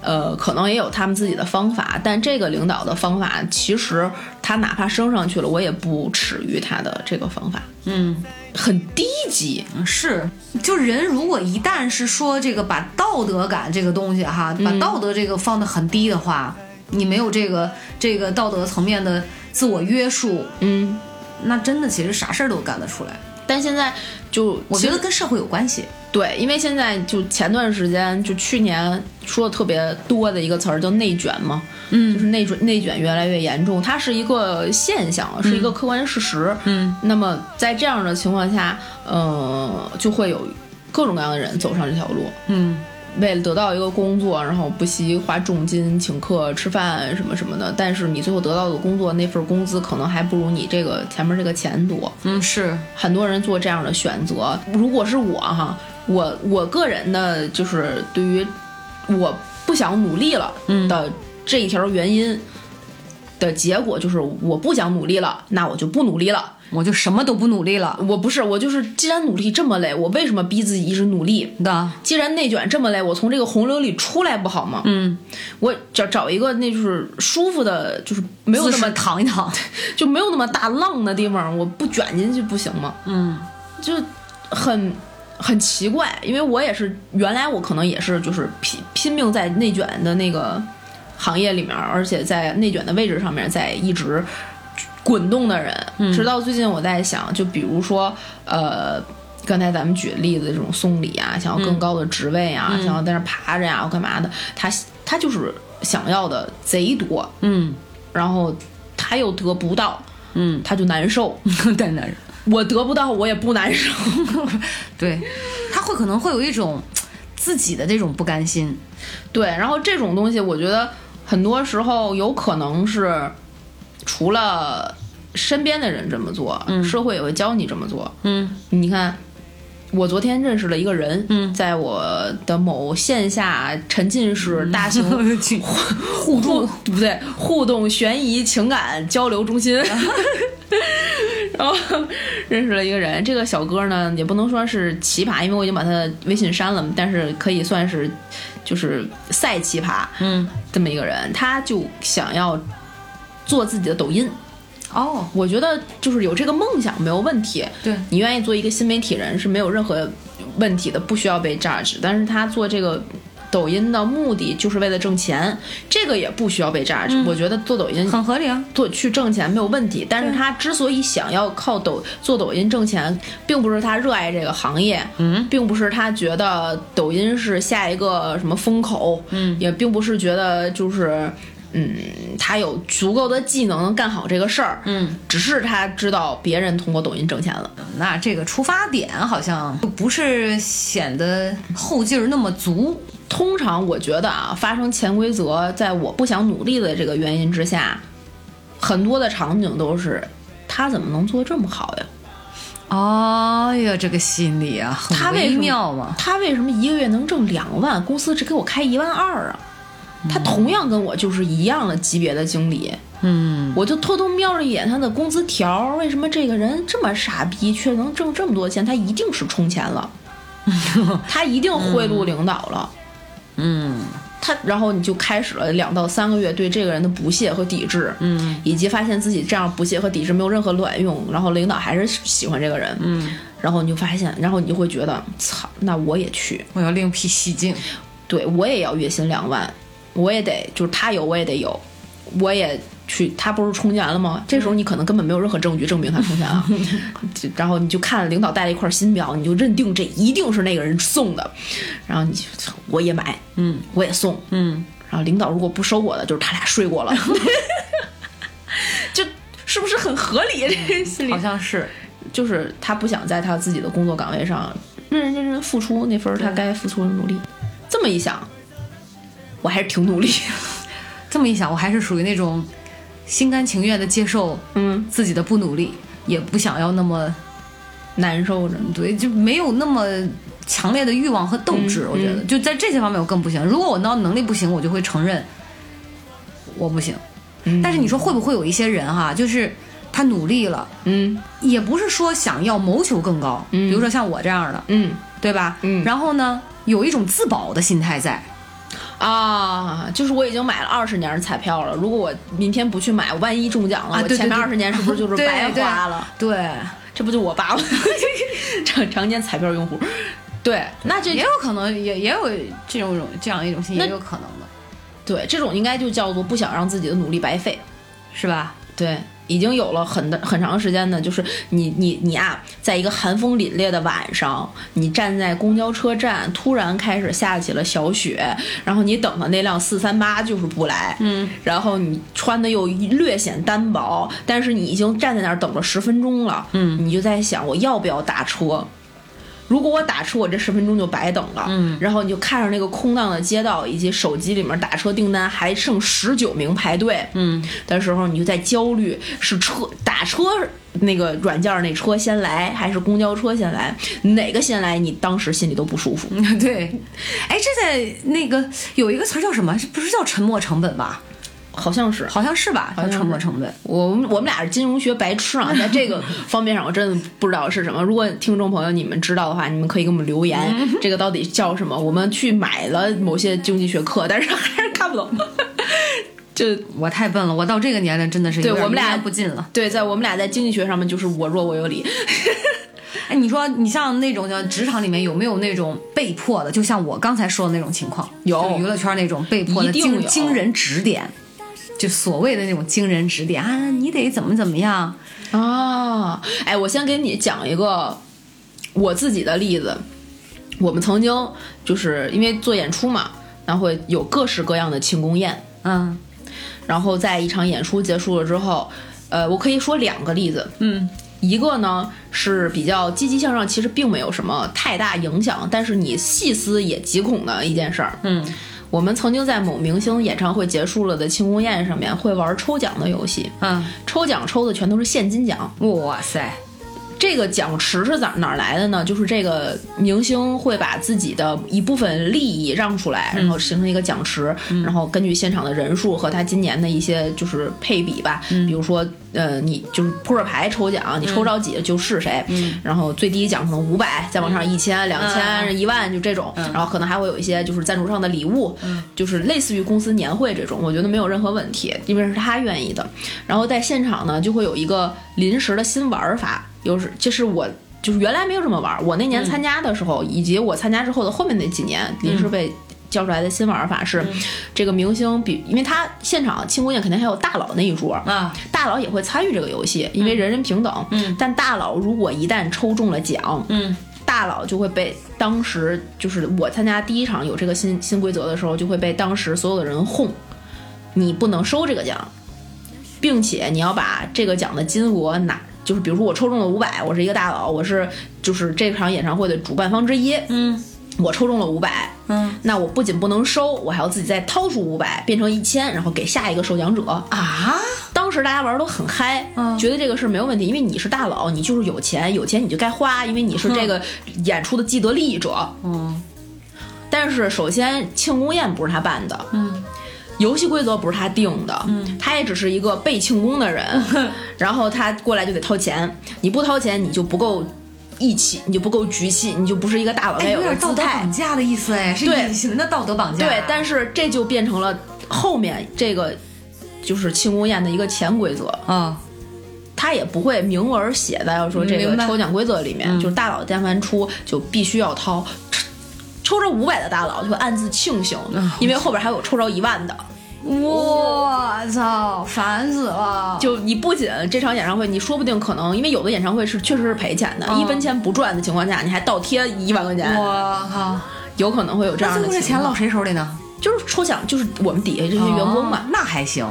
Speaker 1: 呃，可能也有他们自己的方法，但这个领导的方法，其实他哪怕升上去了，我也不耻于他的这个方法，
Speaker 2: 嗯，
Speaker 1: 很低级，
Speaker 2: 是，就人如果一旦是说这个把道德感这个东西哈，把道德这个放得很低的话，你没有这个这个道德层面的自我约束，
Speaker 1: 嗯。
Speaker 2: 那真的其实啥事儿都干得出来。
Speaker 1: 但现在就
Speaker 2: 我
Speaker 1: 其
Speaker 2: 觉
Speaker 1: 实
Speaker 2: 得跟社会有关系。
Speaker 1: 对，因为现在就前段时间就去年说的特别多的一个词儿叫内卷嘛，
Speaker 2: 嗯
Speaker 1: 就是内卷内卷越来越严重，它是一个现象，是一个客观事实。
Speaker 2: 嗯，
Speaker 1: 那么在这样的情况下，呃，就会有各种各样的人走上这条路，
Speaker 2: 嗯
Speaker 1: 为了得到一个工作，然后不惜花重金请客吃饭什么什么的，但是你最后得到的工作那份工资可能还不如你这个前面这个钱多。
Speaker 2: 嗯，是，
Speaker 1: 很多人做这样的选择。如果是我哈，我我个人的就是对于我不想努力了的这一条原因的结果，就是我不想努力了，那我就不努力了。
Speaker 2: 我就什么都不努力了
Speaker 1: 我不是我就是，既然努力这么累，我为什么逼自己一直努力？
Speaker 2: 的。
Speaker 1: 既然内卷这么累，我从这个洪流里出来不好吗？
Speaker 2: 嗯，
Speaker 1: 我找找一个那就是舒服的，就是没有那么
Speaker 2: 躺一躺。
Speaker 1: 就没有那么大浪的地方，我不卷进去不行吗？
Speaker 2: 嗯，
Speaker 1: 就很很奇怪，因为我也是原来我可能也是就是拼拼命在内卷的那个行业里面，而且在内卷的位置上面在一直滚动的人，直到最近我在想，就比如说呃。刚才咱们举例子，这种送礼啊，想要更高的职位啊，想要在那儿爬着呀、或干嘛的，他他就是想要的贼多，
Speaker 2: (laughs) 嗯
Speaker 1: 然后他又得不到，
Speaker 2: 嗯， (laughs)
Speaker 1: 他就难受。 (laughs)
Speaker 2: 在那儿。
Speaker 1: 我得不到，我也不难受。 (laughs)
Speaker 2: 对，他会可能会有一种自己的这种不甘心。
Speaker 1: 对，然后这种东西，我觉得很多时候有可能是除了身边的人这么做，社会也会教你这么做。
Speaker 2: 嗯
Speaker 1: 你看，我昨天认识了一个人，
Speaker 2: 嗯
Speaker 1: 在我的某线下沉浸式大
Speaker 2: (laughs)
Speaker 1: 型互动不对互动悬疑情感交流中
Speaker 2: (laughs)
Speaker 1: 心，然后认识了一个人，这个小哥呢也不能说是奇葩，因为我已经把他的微信删了，但是可以算是就是赛奇葩
Speaker 2: 嗯，
Speaker 1: 这么一个人，他就想要做自己的抖音，
Speaker 2: 哦，
Speaker 1: 我觉得就是有这个梦想没有问题，
Speaker 2: 对，
Speaker 1: 你愿意做一个新媒体人是没有任何问题的，不需要被 judge。但是他做这个抖音的目的就是为了挣钱，这个也不需要被 judge、我
Speaker 2: 嗯
Speaker 1: 觉得做抖音
Speaker 2: 很合理啊。
Speaker 1: 做去挣钱没有问题，但是
Speaker 2: 对
Speaker 1: 他之所以想要靠抖做抖音挣钱，并不是他热爱这个行业，
Speaker 2: 嗯，
Speaker 1: 并不是他觉得抖音是下一个什么风口，嗯，也并不是觉得就是。嗯，他有足够的技能干好这个事儿，
Speaker 2: 嗯，
Speaker 1: 只是他知道别人通过抖音挣钱了，
Speaker 2: 那这个出发点好像就不是显得后劲儿那么足。
Speaker 1: 通常我觉得啊，发生潜规则，在我不想努力的这个原因之下，很多的场景都是他怎么能做这么好呀？
Speaker 2: 哎呀，这个心理啊，很
Speaker 1: 他为
Speaker 2: 微
Speaker 1: 什么
Speaker 2: 妙啊嘛。
Speaker 1: 他为什么一个月能挣两万？公司只给我开一万二啊？他同样跟我就是一样的级别的经理，
Speaker 2: 嗯，
Speaker 1: 我就偷偷瞄了一眼他的工资条，为什么这个人这么傻逼，却能挣这么多钱？他一定是充钱
Speaker 2: (laughs)
Speaker 1: 了，他一定贿赂领导了。
Speaker 2: 嗯
Speaker 1: 他，然后你就开始了两到三个月对这个人的不屑和抵制，
Speaker 2: 嗯，
Speaker 1: 以及发现自己这样不屑和抵制没有任何卵用，然后领导还是喜欢这个人，嗯，然后你就发现，然后你就会觉得，操，那我也去，
Speaker 2: 我要另辟蹊径。
Speaker 1: 对我也要月薪两万，我也得就是他有我也得有，我也去去，他不是充钱了吗？这时
Speaker 2: 嗯
Speaker 1: 候你可能根本没有任何证据证明他充钱
Speaker 2: (laughs)
Speaker 1: 了，就然后你就看领导带了一块新表，你就认定这一定是那个人送的，然后你就我也买，嗯，我也送，
Speaker 2: 嗯，
Speaker 1: 然后领导如果不收我的，就是他俩睡
Speaker 2: (laughs)
Speaker 1: 过了， (laughs) 就是不是很合理？这个心理
Speaker 2: 好像是，
Speaker 1: 就是他不想在他自己的工作岗位上认认真真付出那份儿他
Speaker 2: 对
Speaker 1: 该付出的努力。这么一想，我还是挺努力。 (laughs)
Speaker 2: 这么一想，我还是属于那种心甘情愿的接受
Speaker 1: 嗯，
Speaker 2: 自己的不努力，也不想要那么
Speaker 1: 难受着。
Speaker 2: 对，就没有那么强烈的欲望和斗志。
Speaker 1: 嗯
Speaker 2: 我觉得就在这些方面我更不行。如果我闹能力不行，我就会承认我不行。
Speaker 1: 嗯
Speaker 2: 但是你说会不会有一些人哈、就是他努力了，
Speaker 1: 嗯
Speaker 2: 也不是说想要谋求更高，
Speaker 1: 嗯
Speaker 2: 比如说像我这样的，
Speaker 1: 嗯
Speaker 2: 对吧？
Speaker 1: 嗯
Speaker 2: 然后呢，有一种自保的心态在，
Speaker 1: 啊，就是我已经买了二十年的彩票了，如果我明天不去买，万一中奖了，
Speaker 2: 啊
Speaker 1: 我
Speaker 2: 对
Speaker 1: 前面
Speaker 2: 对
Speaker 1: 二
Speaker 2: 对
Speaker 1: 十年是不是就是
Speaker 2: (laughs) 对
Speaker 1: 白
Speaker 2: 对
Speaker 1: 花了？
Speaker 2: 对，
Speaker 1: 这不就我爸吗？ (laughs) 常常年彩票用户。对，那这
Speaker 2: 也有可能，也也有这种种这样一种心，
Speaker 1: 那
Speaker 2: 也有可能的，
Speaker 1: 对这种应该就叫做不想让自己的努力白费。
Speaker 2: 是吧？
Speaker 1: 对，已经有了很的很长时间的，就是你你你啊，在一个寒风凛冽的晚上，你站在公交车站，突然开始下起了小雪，然后你等的那辆四三八就是不来，嗯，然后你穿的又略显单薄，但是你已经站在那儿等了十分钟了，嗯，你就在想我要不要打车。如果我打车，我这十分钟就白等了。嗯，然后你就看着那个空荡的街道，以及手机里面打车订单还剩十九名排队。嗯，的时候你就在焦虑，是车打车那个软件儿那车先来，还是公交车先来？哪个先来？你当时心里都不舒服。
Speaker 2: 嗯， (laughs) 对。哎，这在那个有一个词儿叫什么？这不是叫沉没成本吧？
Speaker 1: 好像是，
Speaker 2: 好像是吧？叫
Speaker 1: 像是
Speaker 2: 沉没成本。
Speaker 1: 我们我们俩是金融学白痴啊，在这个方面上我真的不知道是什么。如果听众朋友你们知道的话，你们可以给我们留言，这个到底叫什么？我们去买了某些经济学课，但是还是看不懂。 (laughs) 就
Speaker 2: 我太笨了，我到这个年龄真的是有
Speaker 1: 对
Speaker 2: 点
Speaker 1: 我们
Speaker 2: 一
Speaker 1: 俩
Speaker 2: 言不进了。
Speaker 1: 对，在我们俩在经济学上面就是我弱我有理。
Speaker 2: 哎，你说你像那种像职场里面有没有那种被迫的？就像我刚才说的那种情况，
Speaker 1: 有
Speaker 2: 就娱乐圈那种被迫的
Speaker 1: 一定
Speaker 2: 经
Speaker 1: 有
Speaker 2: 经人指点，就所谓的那种经人指点啊，你得怎么怎么样，
Speaker 1: 啊，哎，我先给你讲一个我自己的例子。我们曾经就是因为做演出嘛，然后会有各式各样的庆功宴。
Speaker 2: 嗯
Speaker 1: 然后在一场演出结束了之后，呃，我可以说两个例子。
Speaker 2: 嗯，
Speaker 1: 一个呢是比较积极向上，其实并没有什么太大影响，但是你细思也极恐的一件事儿。
Speaker 2: 嗯，
Speaker 1: 我们曾经在某明星演唱会结束了的庆功宴上面会玩抽奖的游戏，
Speaker 2: 嗯，
Speaker 1: 抽奖抽的全都是现金奖。
Speaker 2: 哇塞，
Speaker 1: 这个奖池是哪哪儿来的呢？就是这个明星会把自己的一部分利益让出来，然后形成一个奖池，然后根据现场的人数和他今年的一些就是配比吧，比如说呃，你就是扑克牌抽奖，你抽着几就是谁，然后最低奖可能五百，再往上一千、两千、一万就这种，然后可能还会有一些就是赞助商的礼物，就是类似于公司年会这种，我觉得没有任何问题，因为是他愿意的。然后在现场呢，就会有一个临时的新玩法，有时这是我就是原来没有这么玩儿。我那年参加的时候，以及我参加之后的后面那几年，临时被叫出来的新玩法是，这个明星比，因为他现场庆功宴肯定还有大佬那一桌
Speaker 2: 啊，
Speaker 1: 大佬也会参与这个游戏，因为人人平等。嗯，但大佬如果一旦抽中了奖，
Speaker 2: 嗯，
Speaker 1: 大佬就会被当时就是我参加第一场有这个新新规则的时候，就会被当时所有的人哄，你不能收这个奖，并且你要把这个奖的金额拿，就是比如说我抽中了五百，我是一个大佬，我是就是这场演唱会的主办方之一，
Speaker 2: 嗯
Speaker 1: 我抽中了五百，
Speaker 2: 嗯
Speaker 1: 那我不仅不能收，我还要自己再掏出五百变成一千，然后给下一个受奖者。
Speaker 2: 啊，
Speaker 1: 当时大家玩儿都很嗨，
Speaker 2: 嗯
Speaker 1: 觉得这个事儿没有问题，因为你是大佬，你就是有钱，有钱你就该花，因为你是这个演出的既得利益者。
Speaker 2: 嗯
Speaker 1: 但是首先，庆功宴不是他办的，
Speaker 2: 嗯，
Speaker 1: 游戏规则不是他定的，嗯，他也只是一个被庆功的人，
Speaker 2: 嗯
Speaker 1: (laughs) 然后他过来就得掏钱，你不掏钱你就不够义气，你就不够局气，你就不是一个大佬
Speaker 2: 哎，
Speaker 1: 该
Speaker 2: 有
Speaker 1: 有的
Speaker 2: 点
Speaker 1: 姿
Speaker 2: 道德
Speaker 1: 态
Speaker 2: 绑。架的意思哎，是
Speaker 1: 对
Speaker 2: 隐形的道德绑架，
Speaker 1: 对，但是这就变成了后面这个就是庆功宴的一个潜规则，
Speaker 2: 啊，
Speaker 1: 他也不会明文儿写的，要说这个
Speaker 2: 明白嗯
Speaker 1: 抽奖规则里面，就是大佬但凡出就必须要掏，
Speaker 2: 嗯
Speaker 1: 抽抽着五百的大佬就暗自庆幸，因为后边还有抽着一万的。
Speaker 2: 我操，烦死了！
Speaker 1: 就你不仅这场演唱会，你说不定可能，因为有的演唱会是确实是赔钱的，
Speaker 2: 嗯
Speaker 1: 一分钱不赚的情况下，你还倒贴一万块钱，
Speaker 2: 我靠，
Speaker 1: 有可能会有这
Speaker 2: 那
Speaker 1: 样的
Speaker 2: 最后这
Speaker 1: 情
Speaker 2: 钱
Speaker 1: 况。
Speaker 2: 落谁手里呢？
Speaker 1: 就是抽奖，就是我们底下这些员工嘛
Speaker 2: 哦，那还行。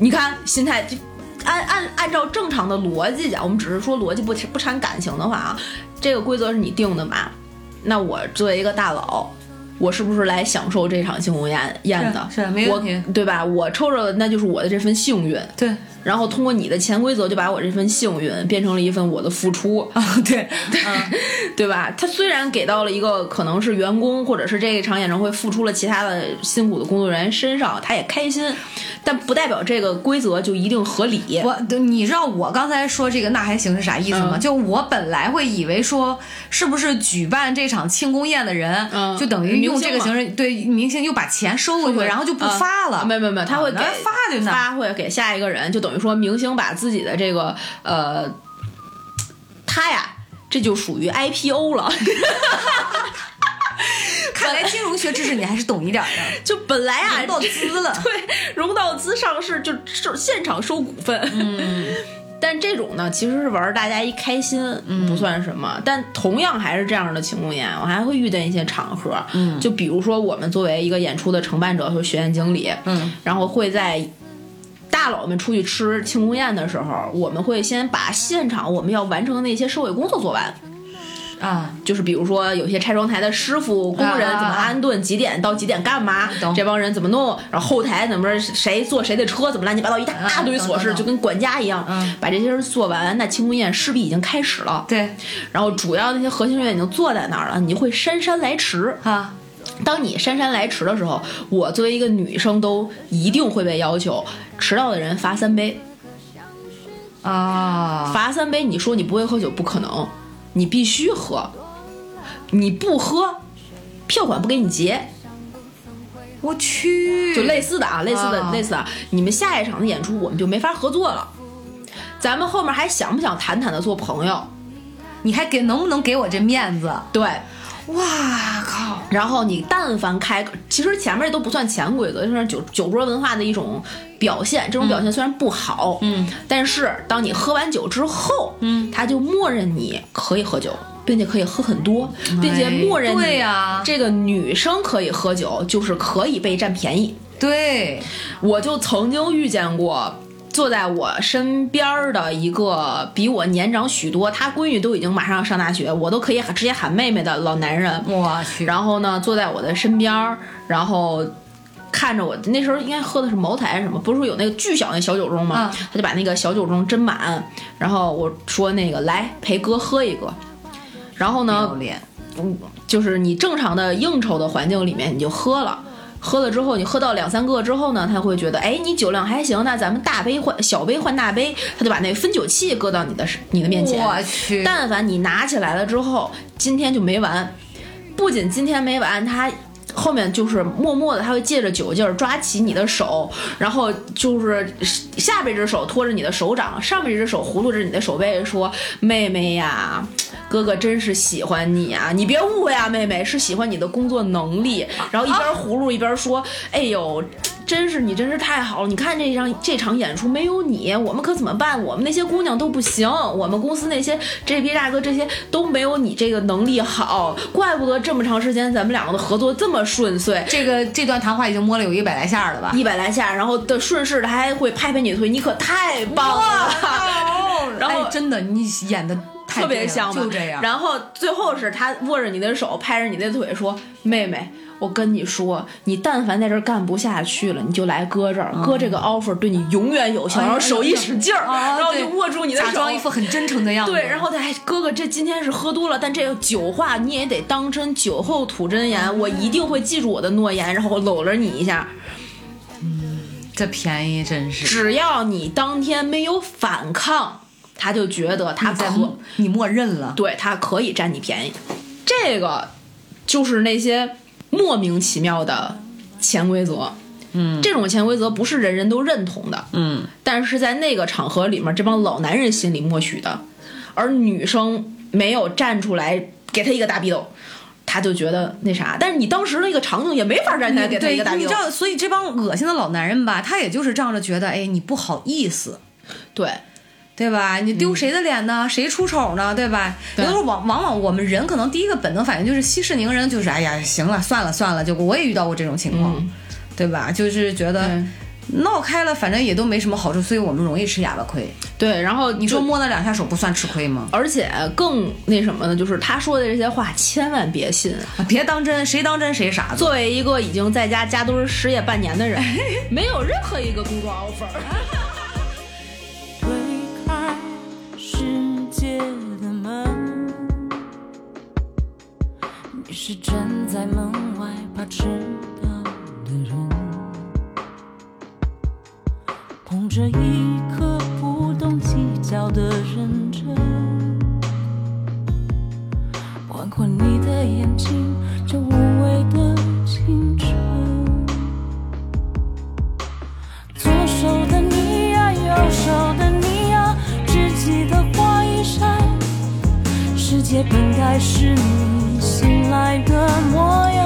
Speaker 1: 你看心态就。按按按照正常的逻辑讲，我们只是说逻辑不不掺感情的话啊，这个规则是你定的嘛？那我作为一个大佬，我是不是来享受这场庆功宴宴的？
Speaker 2: 是是没问题
Speaker 1: 我对吧？我抽着的那就是我的这份幸运，
Speaker 2: 对
Speaker 1: 然后通过你的潜规则就把我这份幸运变成了一份我的付出，嗯
Speaker 2: 啊，对对，
Speaker 1: 对吧？他虽然给到了一个可能是员工或者是这一场演唱会付出了其他的辛苦的工作人员身上，他也开心，但不代表这个规则就一定合理。
Speaker 2: 我对你知道我刚才说这个那还行是啥意思吗？
Speaker 1: 嗯
Speaker 2: 就我本来会以为说，是不是举办这场庆功宴的人，
Speaker 1: 嗯
Speaker 2: 就等于用这个
Speaker 1: 明星
Speaker 2: 形
Speaker 1: 嘛
Speaker 2: 式对明星又把钱收回去，然后就不发了。
Speaker 1: 嗯没有没有没有，他会给
Speaker 2: 啊那发就那
Speaker 1: 发会给下一个人，就等于说明星把自己的这个呃，他呀，这就属于 IPO 了。 (laughs)
Speaker 2: 看来金融学知识你还是懂一点
Speaker 1: (laughs)
Speaker 2: 的，
Speaker 1: 就本来啊，
Speaker 2: 融到资了。
Speaker 1: (laughs) 对，融到资上市就就现场收股份。嗯但这种呢，其实是玩儿大家一开心，不算什么。但同样还是这样的庆功宴，我还会遇见一些场合，嗯、就比如说我们作为一个演出的承办者和学院经理，
Speaker 2: 嗯，
Speaker 1: 然后会在大佬们出去吃庆功宴的时候，我们会先把现场我们要完成的那些收尾工作做完，
Speaker 2: 啊，
Speaker 1: 就是比如说有些拆装台的师傅、工人
Speaker 2: 啊
Speaker 1: 怎么安顿，几点到几点干嘛
Speaker 2: 懂，
Speaker 1: 这帮人怎么弄，然后后台怎么着谁坐谁的车，怎么乱七八糟一大堆琐
Speaker 2: 啊懂懂
Speaker 1: 事，
Speaker 2: 懂
Speaker 1: 就跟管家一样
Speaker 2: 嗯，
Speaker 1: 把这些事做完，那庆功宴势必已经开始了。
Speaker 2: 对
Speaker 1: 然后主要那些核心人员已经坐在那儿了，你就会姗姗来迟。
Speaker 2: 啊，
Speaker 1: 当你姗姗来迟的时候，我作为一个女生都一定会被要求，迟到的人罚三杯。
Speaker 2: 啊，
Speaker 1: 罚三杯，你说你不会喝酒不可能，你必须喝，你不喝，票款不给你结，
Speaker 2: 我去，
Speaker 1: 就类似的啊，类似的、
Speaker 2: 啊
Speaker 1: 类似的啊，你们下一场的演出我们就没法合作了，咱们后面还想不想谈谈的做朋友？
Speaker 2: 你还给能不能给我这面子？
Speaker 1: 对，
Speaker 2: 哇靠！
Speaker 1: 然后你但凡开，其实前面都不算潜规则，就是酒酒桌文化的一种表现。这种表现虽然不好，
Speaker 2: 嗯，
Speaker 1: 但是当你喝完酒之后，
Speaker 2: 嗯
Speaker 1: 他就默认你可以喝酒，并且可以喝很多，并且默认你
Speaker 2: 哎对呀
Speaker 1: 这个女生可以喝酒，就是可以被占便宜。
Speaker 2: 对，
Speaker 1: 我就曾经遇见过。坐在我身边儿的一个比我年长许多，他闺女都已经马上要上大学，我都可以直接喊妹妹的老男人，
Speaker 2: 我去，
Speaker 1: 然后呢，坐在我的身边儿，然后看着我。那时候应该喝的是茅台什么，不是说有那个巨小那小酒盅吗？
Speaker 2: 啊
Speaker 1: 他就把那个小酒盅斟满，然后我说那个来陪哥喝一个。然后呢
Speaker 2: 要，脸，
Speaker 1: 就是你正常的应酬的环境里面，你就喝了。喝了之后，你喝到两三个之后呢，他会觉得，哎，你酒量还行，那咱们大杯换小杯换大杯，他就把那个分酒器搁到你的你的面前。
Speaker 2: 我去，
Speaker 1: 但凡你拿起来了之后，今天就没完。不仅今天没完，他后面就是默默的，他会借着酒劲儿抓起你的手，然后就是下边只手托着你的手掌，上面一只手葫芦着你的手背，说：“妹妹呀，哥哥真是喜欢你啊！你别误会啊，妹妹是喜欢你的工作能力。”然后一边葫芦一边说：“哎呦。”真是你，真是太好了！你看这场这场演出没有你，我们可怎么办？我们那些姑娘都不行，我们公司那些这批大哥这些都没有你这个能力好，怪不得这么长时间咱们两个的合作这么顺遂。
Speaker 2: 这个这段谈话已经摸了有一百来下
Speaker 1: (laughs)
Speaker 2: 了吧？
Speaker 1: 一百来下，然后的顺势的还会拍拍你的腿，你可太棒了，
Speaker 2: 哦
Speaker 1: 然后
Speaker 2: 哎真的你演的太
Speaker 1: 特别
Speaker 2: 对了
Speaker 1: 像嘛
Speaker 2: 就这样。
Speaker 1: 然后最后是他握着你的手，拍着你的腿说：“妹妹，我跟你说，你但凡在这儿干不下去了，你就来哥这儿，哥这个 offer 对你永远有效。
Speaker 2: 嗯哎
Speaker 1: 然后手一使劲儿，
Speaker 2: 啊
Speaker 1: 然后
Speaker 2: 对
Speaker 1: 就握住你的手，
Speaker 2: 假装一副很真诚的样子。
Speaker 1: 对，然后他还哥哥，这今天是喝多了，但这个酒话你也得当真，酒后吐真
Speaker 2: 嗯
Speaker 1: 言，我一定会记住我的诺言。然后我搂着你一下，
Speaker 2: 这便宜真是
Speaker 1: 只要你当天没有反抗，他就觉得他
Speaker 2: 你在
Speaker 1: 可
Speaker 2: 你默认了。
Speaker 1: 对他可以占你便宜。这个就是那些莫名其妙的潜规则。嗯，这种潜规则不是人人都认同的。
Speaker 2: 嗯，
Speaker 1: 但是在那个场合里面，这帮老男人心里默许的，而女生没有站出来给他一个大逼斗，他就觉得那啥。但是你当时那个场景也没法站起来给他一
Speaker 2: 嗯对
Speaker 1: 个大，
Speaker 2: 你
Speaker 1: 逼
Speaker 2: 知
Speaker 1: 斗。
Speaker 2: 道，所以这帮恶心的老男人吧，他也就是仗着觉得，哎，你不好意思，
Speaker 1: 对，
Speaker 2: 对吧？你丢谁的脸呢？谁出丑呢？对吧？有
Speaker 1: 对
Speaker 2: 的时候往往往我们人可能第一个本能反应就是息事宁人，就是哎呀，行了，算了算了，就我也遇到过这种情况，
Speaker 1: 嗯
Speaker 2: 对吧？就是觉得
Speaker 1: 对
Speaker 2: 闹开了，反正也都没什么好处，所以我们容易吃哑巴亏。
Speaker 1: 对。然后
Speaker 2: 你
Speaker 1: 你
Speaker 2: 说
Speaker 1: 说
Speaker 2: 摸了两下手不算吃亏吗？
Speaker 1: 而且更那什么呢？就是他说的这些话，千万别信。
Speaker 2: 啊别当真，谁当真谁傻子。
Speaker 1: 作为一个已经在家家蹲失业半年
Speaker 2: (laughs)
Speaker 1: 的人，没有任何一个工作 offer。
Speaker 5: 推开世界的门，你是站在门外怕迟到的人，捧着一颗不懂计较的认真，环过你的眼睛，这无畏的青春。左手的你呀，右手的你呀，知己的花衣衫，世界本该是你醒来的模样。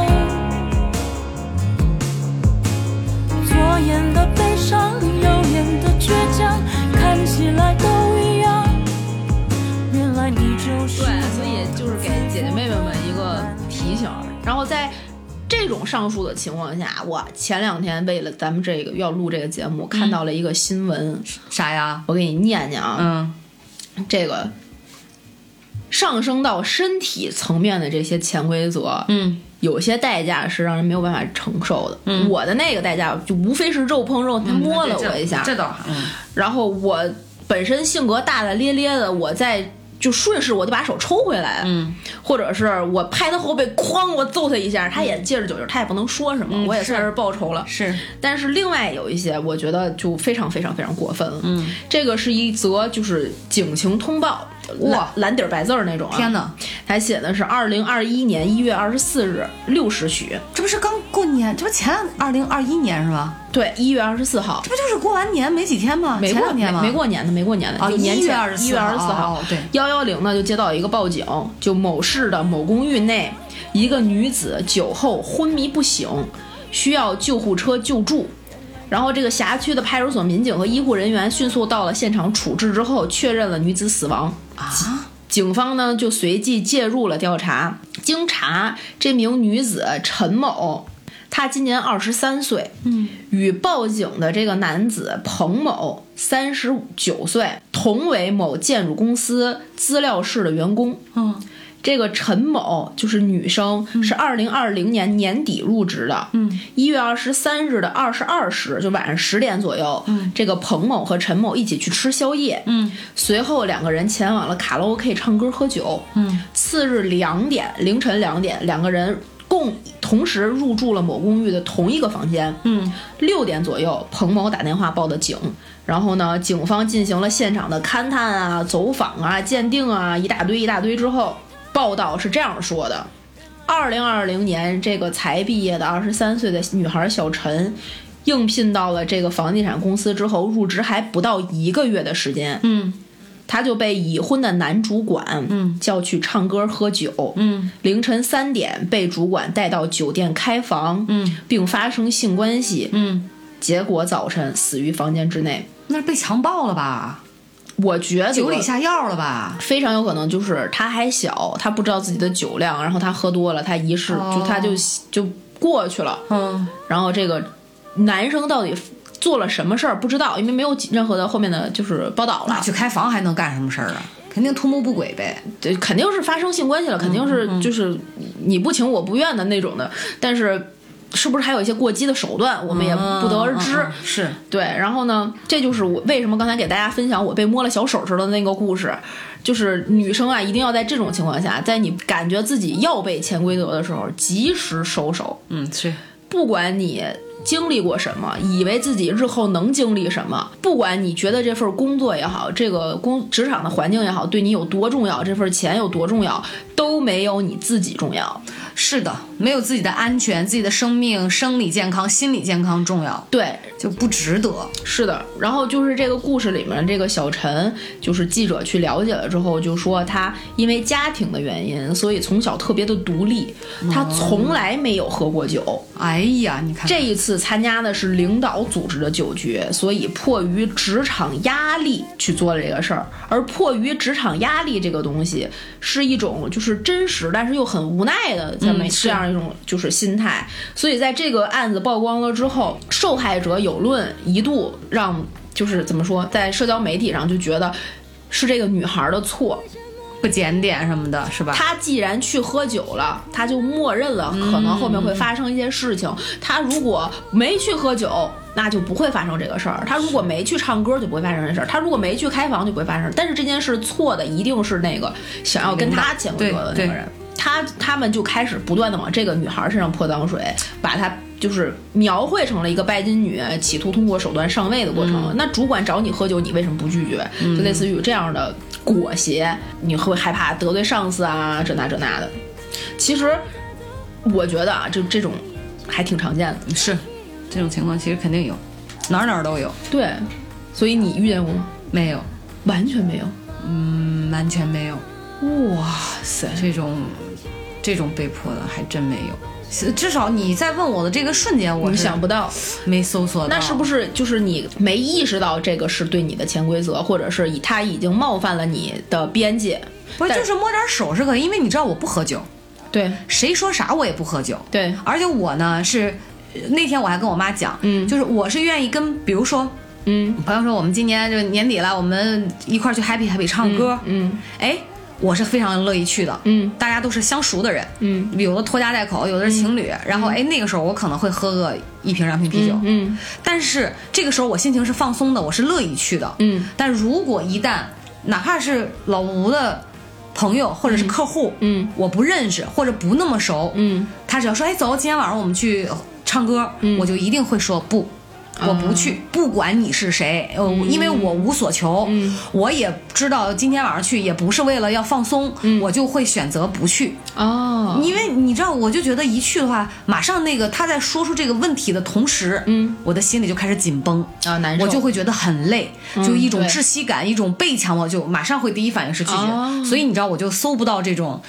Speaker 5: 左眼的悲伤，右眼的倔强，看起来都一样。原来你就是
Speaker 1: 对，所以就是给姐姐妹妹们一个提醒儿。然后在这种上述的情况下，我前两天为了咱们这个要录这个节目，看到了一个新闻，
Speaker 2: 啥呀？
Speaker 1: 我给你念念啊，
Speaker 2: 嗯，
Speaker 1: 这个上升到身体层面的这些潜规则，
Speaker 2: 嗯，
Speaker 1: 有些代价是让人没有办法承受的。我的那个代价就无非是肉碰肉，他摸了我一下，
Speaker 2: 嗯这倒，嗯，
Speaker 1: 然后我本身性格大大咧咧的，我再就顺势我就把手抽回来，
Speaker 2: 嗯，
Speaker 1: 或者是我拍他后背，哐，我揍他一下，他也借着酒劲儿，他也不能说什么，
Speaker 2: 嗯
Speaker 1: 我也
Speaker 2: 是
Speaker 1: 算是报仇了。
Speaker 2: 是，
Speaker 1: 但是另外有一些，我觉得就非常非常非常过分了。嗯，这个是一则就是警情通报，
Speaker 2: 哇
Speaker 1: 蓝蓝底儿白字儿那种、啊。
Speaker 2: 天！哪，
Speaker 1: 他写的是二零二一年一月二十四日六时许，
Speaker 2: 这不是刚过年，这不前二零二一年是吧？
Speaker 1: 对，一月二十四号
Speaker 2: 这。不就是过完年没几天吗？
Speaker 1: 没
Speaker 2: 啊前
Speaker 1: 过
Speaker 2: 两
Speaker 1: 没
Speaker 2: 天吗？
Speaker 1: 没过年的，没过年的，
Speaker 2: 哦
Speaker 1: 就年
Speaker 2: 1月
Speaker 1: 前
Speaker 2: 24
Speaker 1: 1月二十四
Speaker 2: 哦
Speaker 1: 号
Speaker 2: 哦，对
Speaker 1: 幺幺零呢就接到一个报警，就某市的某公寓内，一个女子酒后昏迷不醒，需要救护车救助。然后这个辖区的派出所民警和医护人员迅速到了现场处置之后，确认了女子死亡。
Speaker 2: 啊，
Speaker 1: 警方呢就随即介入了调查。经查，这名女子陈某，她今年二十三岁，嗯，与报警的这个男子彭某三十九岁，同为某建筑公司资料室的员工。
Speaker 2: 嗯，
Speaker 1: 这个陈某就是女生，是二零二零年年底入职的。嗯，一月二十三日的二十二时，就晚上十点左右，嗯，这个彭某和陈某一起去吃宵夜。嗯，随后两个人前往了卡拉 OK 唱歌喝酒。嗯，次日两点，凌晨两点，两个人。共同时入住了某公寓的同一个房间。嗯，六点左右，彭某打电话报的警，然后呢，警方进行了现场的勘探啊、走访啊、鉴定啊，一大堆一大堆之后，报道是这样说的：二零二零年，这个才毕业的二十三岁的女孩小陈，应聘到了这个房地产公司之后，入职还不到一个月的时间，
Speaker 2: 嗯，
Speaker 1: 她就被已婚的男主管，嗯，叫去唱歌喝酒，嗯，凌晨三点被主管带到酒店开房，嗯，并发生性关系，
Speaker 2: 嗯，
Speaker 1: 结果早晨死于房间之内。
Speaker 2: 那是被强暴了吧？
Speaker 1: 我觉得
Speaker 2: 酒里下药了吧？
Speaker 1: 非常有可能就是他还小，他不知道自己的酒量，然后他喝多了，他一试、
Speaker 2: 哦
Speaker 1: 就他就就过去了。
Speaker 2: 嗯，
Speaker 1: 然后这个男生到底做了什么事儿不知道，因为没有任何的后面的就是报道
Speaker 2: 那
Speaker 1: 了，
Speaker 2: 啊去开房还能干什么事儿啊？肯定图谋不轨呗。
Speaker 1: 对，肯定是发生性关系了，肯定
Speaker 2: 嗯
Speaker 1: 是就是你不情我不愿的那种的，但是。是不是还有一些过激的手段，我们也不得而知。
Speaker 2: 嗯嗯嗯是，
Speaker 1: 对，然后呢，这就是我为什么刚才给大家分享我被摸了小手指的那个故事，就是女生啊，一定要在这种情况下，在你感觉自己要被潜规则的时候，及时收手。
Speaker 2: 嗯，是，
Speaker 1: 不管你经历过什么，以为自己日后能经历什么，不管你觉得这份工作也好，这个工职场的环境也好，对你有多重要，这份钱有多重要，都没有你自己重要。
Speaker 2: 是的，没有自己的安全、自己的生命、生理健康、心理健康重要，
Speaker 1: 对，
Speaker 2: 就不值得。
Speaker 1: 是的，然后就是这个故事里面，这个小陈就是记者去了解了之后，就说他因为家庭的原因，所以从小特别的独立，他从来没有喝过酒。
Speaker 2: 哎呀，你看
Speaker 1: 这一次参加的是领导组织的酒局，所以迫于职场压力去做了这个事儿。而迫于职场压力这个东西，是一种就是真实，但是又很无奈的这么
Speaker 2: 嗯是
Speaker 1: 这样一种就是心态。所以在这个案子曝光了之后，受害者有论一度让就是怎么说，在社交媒体上就觉得。是这个女孩的错，
Speaker 2: 不检点什么的，是吧？
Speaker 1: 她既然去喝酒了，她就默认了可能后面会发生一些事情。她如果没去喝酒，那就不会发生这个事儿；她如果没去唱歌，就不会发生这事儿；她如果没去开房，就不会发生。但是这件事错的一定是那个想要跟她前规
Speaker 2: 对
Speaker 1: 则的那
Speaker 2: 对
Speaker 1: 个人。他他们就开始不断的往这个女孩身上泼脏水，把她就是描绘成了一个拜金女，企图通过手段上位的过程。那主管找你喝酒，你为什么不拒绝？就类似于这样的裹挟，你会害怕得罪上司啊，这那这那的。其实我觉得啊，就这种还挺常见的。
Speaker 2: 嗯是，这种情况其实肯定有，哪儿哪儿都有。
Speaker 1: 对，所以你遇见过吗？
Speaker 2: 没有，
Speaker 1: 完全没有。
Speaker 2: 嗯，完全没有
Speaker 1: 哇塞！
Speaker 2: 这种这种被迫的，还真没有。至少你在问我的这个瞬间，我
Speaker 1: 你
Speaker 2: 是
Speaker 1: 想不到，
Speaker 2: 没搜索到，
Speaker 1: 那是不
Speaker 2: 是？
Speaker 1: 是就是你没意识到这个是对你的潜规则，或者是以他已经冒犯了你的边界？
Speaker 2: 不是
Speaker 1: 但
Speaker 2: 就是摸点手是可以，因为你知道我不喝酒，
Speaker 1: 对
Speaker 2: 谁说啥我也不喝酒。
Speaker 1: 对
Speaker 2: 而且我呢是呃那天我还跟我妈讲，
Speaker 1: 嗯
Speaker 2: 就是我是愿意跟，比如说
Speaker 1: 嗯
Speaker 2: 朋友说我们今年就年底了，我们一块儿去 happy happy 唱歌，
Speaker 1: 嗯
Speaker 2: 哎、我是非常乐意去的，
Speaker 1: 嗯
Speaker 2: 大家都是相熟的人，
Speaker 1: 嗯
Speaker 2: 有的拖家带口，有的是情侣，然后哎那个时候我可能会喝个一瓶两瓶啤酒，
Speaker 1: 嗯
Speaker 2: 但是这个时候我心情是放松的，我是乐意去的，
Speaker 1: 嗯
Speaker 2: 但如果一旦哪怕是老吴的朋友或者是客户，
Speaker 1: 嗯
Speaker 2: 我不认识或者不那么熟，
Speaker 1: 嗯
Speaker 2: 他只要说哎走，今天晚上我们去唱歌，我就一定会说不。我不
Speaker 1: 嗯
Speaker 2: 去，不管你是谁，呃，因为我无所求，
Speaker 1: 嗯
Speaker 2: 我也知道今天晚上去也不是为了要放松，我就会选择不去。
Speaker 1: 嗯哦，
Speaker 2: 因为你知道，我就觉得一去的话，马上那个他在说出这个问题的同时，
Speaker 1: 嗯，
Speaker 2: 我的心里就开始紧绷
Speaker 1: 啊难受嗯
Speaker 2: 我就会觉得很累，就一种
Speaker 1: 对
Speaker 2: 窒息感，一种被强迫，就马上会第一反应是拒绝。
Speaker 1: 哦
Speaker 2: 所以你知道，我就搜不到这种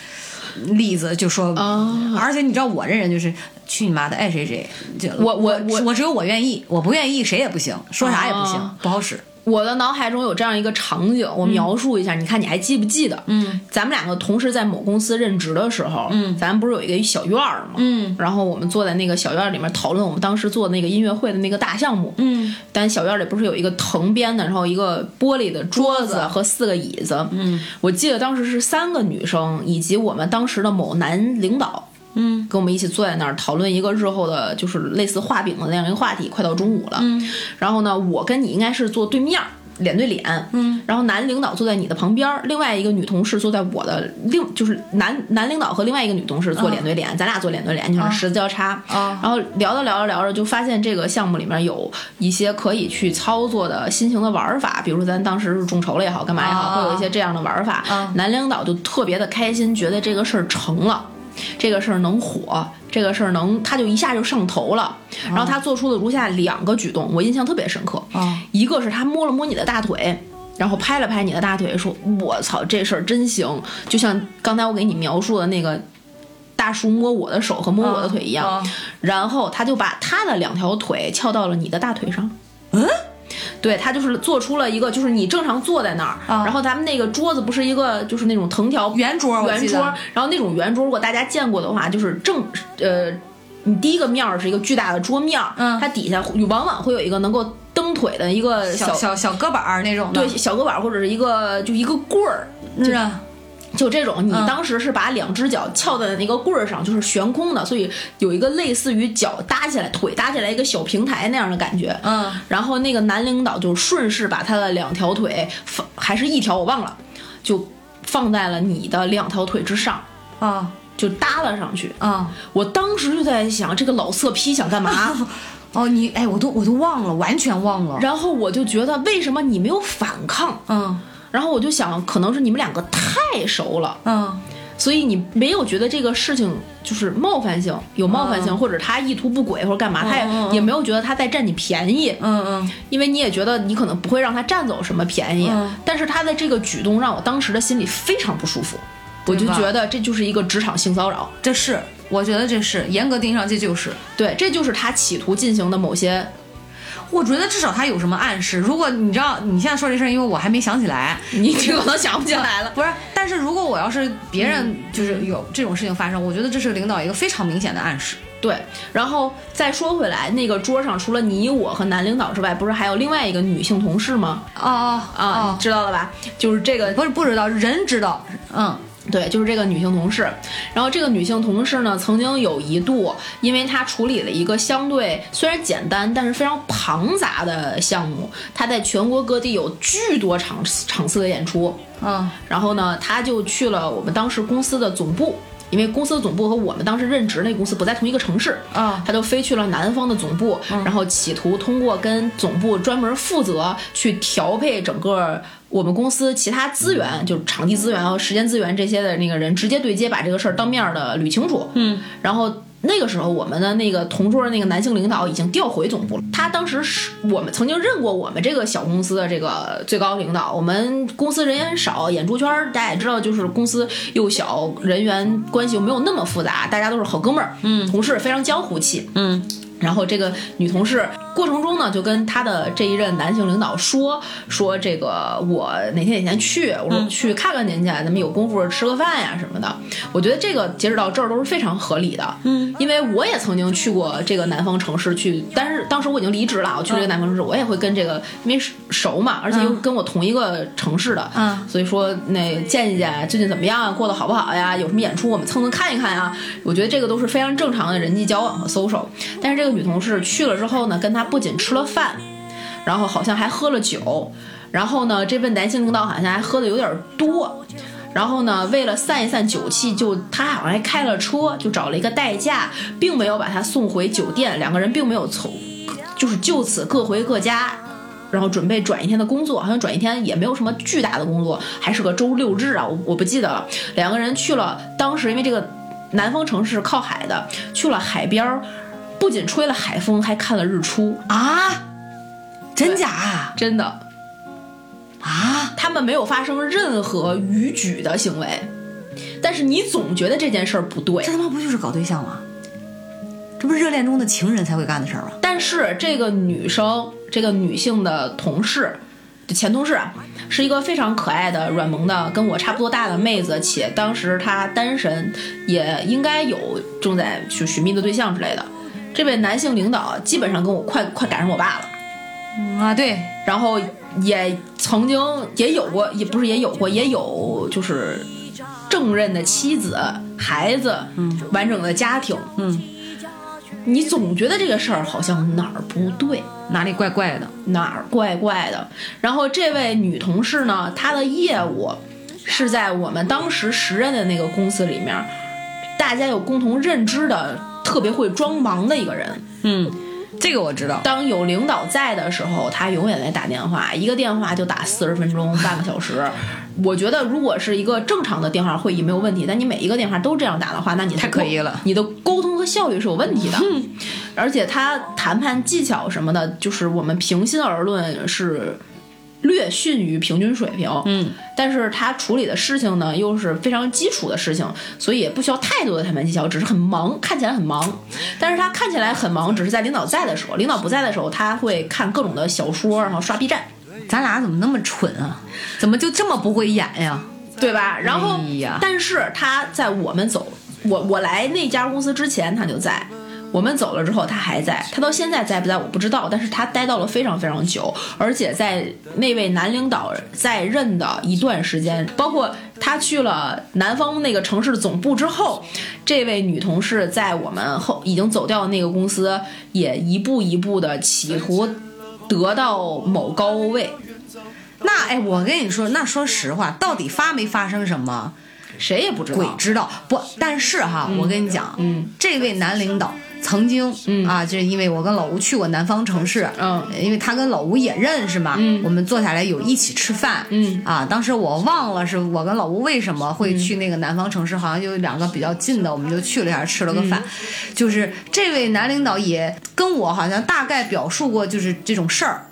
Speaker 2: 例子，就说，
Speaker 1: 哦
Speaker 2: 而且你知道，我这人就是去你妈的，爱谁谁。就
Speaker 1: 我我
Speaker 2: 我
Speaker 1: 我
Speaker 2: 只有我愿意，我不愿意谁也不行，说啥也不行，
Speaker 1: 哦
Speaker 2: 不好使。
Speaker 1: 我的脑海中有这样一个场景，我描述一下，你看你还记不记得？嗯，咱们两个同时在某公司任职的时候，嗯，咱们不是有一个小院儿吗？
Speaker 2: 嗯，
Speaker 1: 然后我们坐在那个小院儿里面讨论我们当时做的那个音乐会的那个大项目，
Speaker 2: 嗯，
Speaker 1: 但小院儿里不是有一个藤编的，然后一个玻璃的桌
Speaker 2: 桌
Speaker 1: 子
Speaker 2: 子
Speaker 1: 和四个椅子，嗯，我记得当时是三个女生以及我们当时的某男领导，
Speaker 2: 嗯，
Speaker 1: 跟我们一起坐在那儿讨论一个日后的，就是类似画饼的那样一个话题。快到中午了，嗯，然后呢，我跟你应该是坐对面儿。脸对脸，嗯，然后男领导坐在你的旁边儿，另外一个女同事坐在我的另就是男男领导和另外一个女同事坐脸对脸，咱俩坐脸对脸，你想十字交叉，
Speaker 2: 啊
Speaker 1: 然后聊着聊着聊着，就发现这个项目里面有一些可以去操作的新型的玩法，比如说咱当时是众筹了也好，干嘛也
Speaker 2: 啊
Speaker 1: 好，会有一些这样的玩法。
Speaker 2: 啊
Speaker 1: 男领导就特别的开心，觉得这个事儿成了。这个事儿能火，这个事儿能，他就一下就上头了。然后他做出了如下两个举动，我印象特别深刻。
Speaker 2: 啊
Speaker 1: 一个是他摸了摸你的大腿，然后拍了拍你的大腿，说：“我操，这事儿真行！”就像刚才我给你描述的那个大叔摸我的手和摸我的腿一样。
Speaker 2: 啊
Speaker 1: 然后他就把他的两条腿翘到了你的大腿上。
Speaker 2: 嗯，
Speaker 1: 对他就是做出了一个，就是你正常坐在那儿，
Speaker 2: 啊
Speaker 1: 然后咱们那个桌子不是一个就是那种藤条
Speaker 2: 圆桌我
Speaker 1: 圆
Speaker 2: 记得
Speaker 1: 桌，然后那种圆桌，如果大家见过的话，就是正呃，你第一个面儿是一个巨大的桌面儿，
Speaker 2: 嗯
Speaker 1: 它底下往往会有一个能够蹬腿的一个
Speaker 2: 小小小搁板儿那种的，
Speaker 1: 对，小胳膊或者是一个就一个棍儿，
Speaker 2: 是啊，
Speaker 1: 就这种，你
Speaker 2: 嗯
Speaker 1: 当时是把两只脚翘在那个棍儿上，就是悬空的，所以有一个类似于脚搭起来、腿搭起来一个小平台那样的感觉。
Speaker 2: 嗯，
Speaker 1: 然后那个男领导就顺势把他的两条腿放，还是一条我忘了，就放在了你的两条腿之上，
Speaker 2: 啊
Speaker 1: 就搭了上去。
Speaker 2: 啊
Speaker 1: 我当时就在想，这个老色批想干嘛？
Speaker 2: (laughs) 哦，你哎，我都我都忘了，完全忘了。
Speaker 1: 然后我就觉得，为什么你没有反抗？
Speaker 2: 嗯
Speaker 1: 然后我就想，可能是你们两个太熟了。
Speaker 2: 嗯
Speaker 1: 所以你没有觉得这个事情就是冒犯性，有冒犯性，
Speaker 2: 嗯
Speaker 1: 或者他意图不轨或者干嘛，他也、
Speaker 2: 嗯嗯
Speaker 1: 也没有觉得他在占你便宜，
Speaker 2: 嗯嗯，
Speaker 1: 因为你也觉得你可能不会让他占走什么便宜，
Speaker 2: 嗯
Speaker 1: 但是他的这个举动让我当时的心里非常不舒服，我
Speaker 2: 对
Speaker 1: 就
Speaker 2: 吧
Speaker 1: 觉得这就是一个职场性骚扰，
Speaker 2: 这是，我觉得这是严格定义上这就是。
Speaker 1: 对，这就是他企图进行的某些
Speaker 2: 我觉得至少他有什么暗示。如果你知道你现在说这事儿，因为我还没想起来，
Speaker 1: 你你可能想不起
Speaker 2: (laughs)
Speaker 1: 来了。嗯
Speaker 2: 不是，但是如果我要是别人就是有这种事情发生，我觉得这是领导一个非常明显的暗示。
Speaker 1: 对，然后再说回来，那个桌上除了你我和男领导之外，不是还有另外一个女性同事吗？
Speaker 2: 哦哦
Speaker 1: 啊，你知道了吧？就是这个
Speaker 2: 不是不知道，人知道，嗯，
Speaker 1: 对，就是这个女性同事。然后这个女性同事呢，曾经有一度，因为她处理了一个相对虽然简单，但是非常庞杂的项目，她在全国各地有巨多场场次的演出。
Speaker 2: 嗯
Speaker 1: 然后呢，她就去了我们当时公司的总部，因为公司的总部和我们当时任职那公司不在同一个城市。
Speaker 2: 啊
Speaker 1: 他就飞去了南方的总部，然后企图通过跟总部专门负责去调配整个我们公司其他资源，就是场地资源和时间资源这些的那个人直接对接，把这个事儿当面儿的捋清楚。嗯，然后。那个时候，我们的那个同桌的那个男性领导已经调回总部了。他当时是我们曾经任过我们这个小公司的这个最高领导。我们公司人员少，演出圈儿大家也知道，就是公司又小，人员关系又没有那么复杂，大家都是好哥们儿，嗯，同事非常江湖气，
Speaker 2: 嗯
Speaker 1: 然后这个女同事过程中呢，就跟她的这一任男性领导说说这个我哪天哪天去，我说去看看您去，咱们有功夫吃个饭呀什么的。我觉得这个截止到这儿都是非常合理的，嗯，因为我也曾经去过这个南方城市去，但是当时我已经离职了，我去这个南方城市，我也会跟这个因为熟嘛，而且又跟我同一个城市的，
Speaker 2: 嗯
Speaker 1: 所以说那见一见最近怎么样啊，过得好不好呀？有什么演出我们蹭蹭看一看啊？我觉得这个都是非常正常的人际交往和 social。但是这个女同事去了之后呢，跟她不仅吃了饭，然后好像还喝了酒，然后呢，这位男性领导好像还喝的有点多。然后呢，为了散一散酒气，就他好像还开了车，就找了一个代驾，并没有把她送回酒店，两个人并没有从，就是就此各回各家，然后准备转一天的工作，好像转一天也没有什么巨大的工作，还是个周六日啊，我我不记得了。两个人去了，当时因为这个南方城市是靠海的，去了海边儿，不仅吹了海风，还看了日出，
Speaker 2: 啊，真假啊
Speaker 1: 真的，
Speaker 2: 啊？
Speaker 1: 他们没有发生任何逾矩的行为，但是你总觉得这件事儿不对
Speaker 2: 这。他妈不就是搞对象吗？这不是热恋中的情人才会干的事儿吗？
Speaker 1: 但是这个女生，这个女性的同事，就前同事啊，是一个非常可爱的软萌的，跟我差不多大的妹子，且当时她单身，也应该有正在去寻觅的对象之类的。这位男性领导基本上跟我快快赶上我爸了，
Speaker 2: 嗯啊，对，
Speaker 1: 然后也曾经也有过，也不是也有过，也有就是正任的妻子、孩子，嗯，完整的家庭，
Speaker 2: 嗯，
Speaker 1: 你总觉得这个事儿好像哪儿不对，
Speaker 2: 哪里怪怪的？
Speaker 1: 哪儿怪怪的。然后这位女同事呢，她的业务是在我们当时时任的那个公司里面，大家有共同认知的特别会装忙的一个人。
Speaker 2: 嗯，这个我知道。
Speaker 1: 当有领导在的时候，他永远在打电话，一个电话就打四十分钟、半个小时。我觉得如果是一个正常的电话会议没有问题，但你每一个电话都这样打的话，那你的
Speaker 2: 太可疑
Speaker 1: 沟
Speaker 2: 了嗯
Speaker 1: 你的沟通和效率是有问题的。而且他谈判技巧什么的，就是我们平心而论是略逊于平均水平。
Speaker 2: 嗯，
Speaker 1: 但是他处理的事情呢，又是非常基础的事情，所以也不需要太多的谈判技巧，只是很忙，看起来很忙。但是他看起来很忙，只是在领导在的时候，领导不在的时候，他会看各种的小说，然后刷 B 站，
Speaker 2: 咱俩怎么那么蠢啊？怎么就这么不会演呀？
Speaker 1: 对吧？然后，
Speaker 2: 哎呀
Speaker 1: 但是他在我们走，我我来那家公司之前他就在。我们走了之后，他还在，他到现在在不在我不知道，但是他待到了非常非常久，而且在那位男领导在任的一段时间，包括他去了南方那个城市的总部之后，这位女同事在我们后已经走掉的那个公司，也一步一步的企图得到某高位，
Speaker 2: 那哎，我跟你说，那说实话，到底发没发生什么，
Speaker 1: 谁也不知道。
Speaker 2: 鬼知道。不，但是哈，我跟你讲，
Speaker 1: 嗯，
Speaker 2: 这位男领导曾经，
Speaker 1: 嗯
Speaker 2: 啊，就是因为我跟老吴去过南方城市，
Speaker 1: 嗯
Speaker 2: 因为他跟老吴也认识嘛，
Speaker 1: 嗯
Speaker 2: 我们坐下来有一起吃饭，
Speaker 1: 嗯
Speaker 2: 啊，当时我忘了是我跟老吴为什么会去那个南方城市，好像就两个比较近的，我们就去了一下，吃了个饭。
Speaker 1: 嗯
Speaker 2: 就是这位男领导也跟我好像大概表述过，就是这种事儿，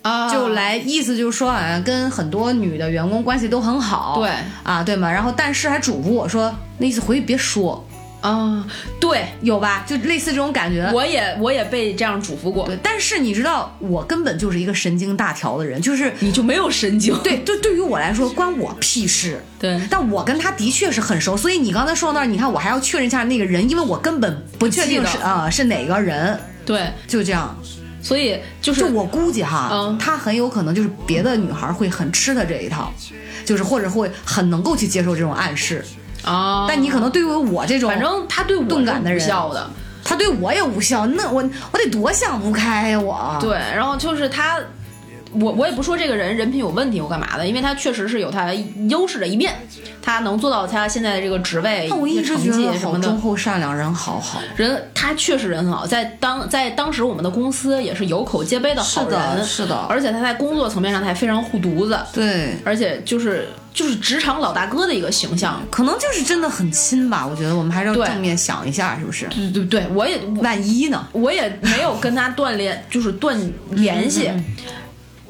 Speaker 1: 啊
Speaker 2: 就来意思就是说，好像跟很多女的员工关系都很好，
Speaker 1: 对
Speaker 2: 啊，对嘛。然后但是还嘱咐我说，那意思回去别说，
Speaker 1: 啊，对，
Speaker 2: 有吧？就类似这种感觉。 (laughs)
Speaker 1: 我也我也被这样嘱咐过
Speaker 2: 对，，但是你知道，我根本就是一个神经大条的人，就是
Speaker 1: 你就没有神经，
Speaker 2: 对，对，对于我来说关我屁事。
Speaker 1: 对
Speaker 2: 但我跟他的确是很熟，所以你刚才说到那儿，你看我还要确认一下那个人，因为我根本不确定
Speaker 1: 不记
Speaker 2: 是
Speaker 1: 得
Speaker 2: 啊、是哪个人，
Speaker 1: 对，
Speaker 2: 就这样。
Speaker 1: 所以就是
Speaker 2: 就我估计哈，
Speaker 1: 嗯
Speaker 2: 他很有可能就是别的女孩会很吃他这一套，就是或者会很能够去接受这种暗示。
Speaker 1: 啊，
Speaker 2: 但你可能对于我这种，
Speaker 1: 反正他对我
Speaker 2: 钝感的人
Speaker 1: 是无效的，
Speaker 2: 他对我也无效，那我我得多想不开呀、我。
Speaker 1: 对，然后就是他。我我也不说这个人人品有问题或干嘛的，因为他确实是有他优势的一面，他能做到他现在的这个职位、
Speaker 2: 但我一直
Speaker 1: 成
Speaker 2: 觉
Speaker 1: 绩
Speaker 2: 得
Speaker 1: 什
Speaker 2: 好
Speaker 1: 么的
Speaker 2: 忠。厚善良人好好。
Speaker 1: 人他确实人很好，在当在当时我们的公司也是有口皆碑的好
Speaker 2: 是
Speaker 1: 人，
Speaker 2: 的是的
Speaker 1: 而且他在工作层面上他也非常护犊子，
Speaker 2: 对，
Speaker 1: 而且就是就是职场老大哥的一个形象，
Speaker 2: 可能就是真的很亲吧，我觉得我们还是要
Speaker 1: 对
Speaker 2: 正面想一下，是不是？
Speaker 1: 对对对，我也我
Speaker 2: 万一呢？
Speaker 1: 我也没有跟他断 (laughs) 联，就是断联系。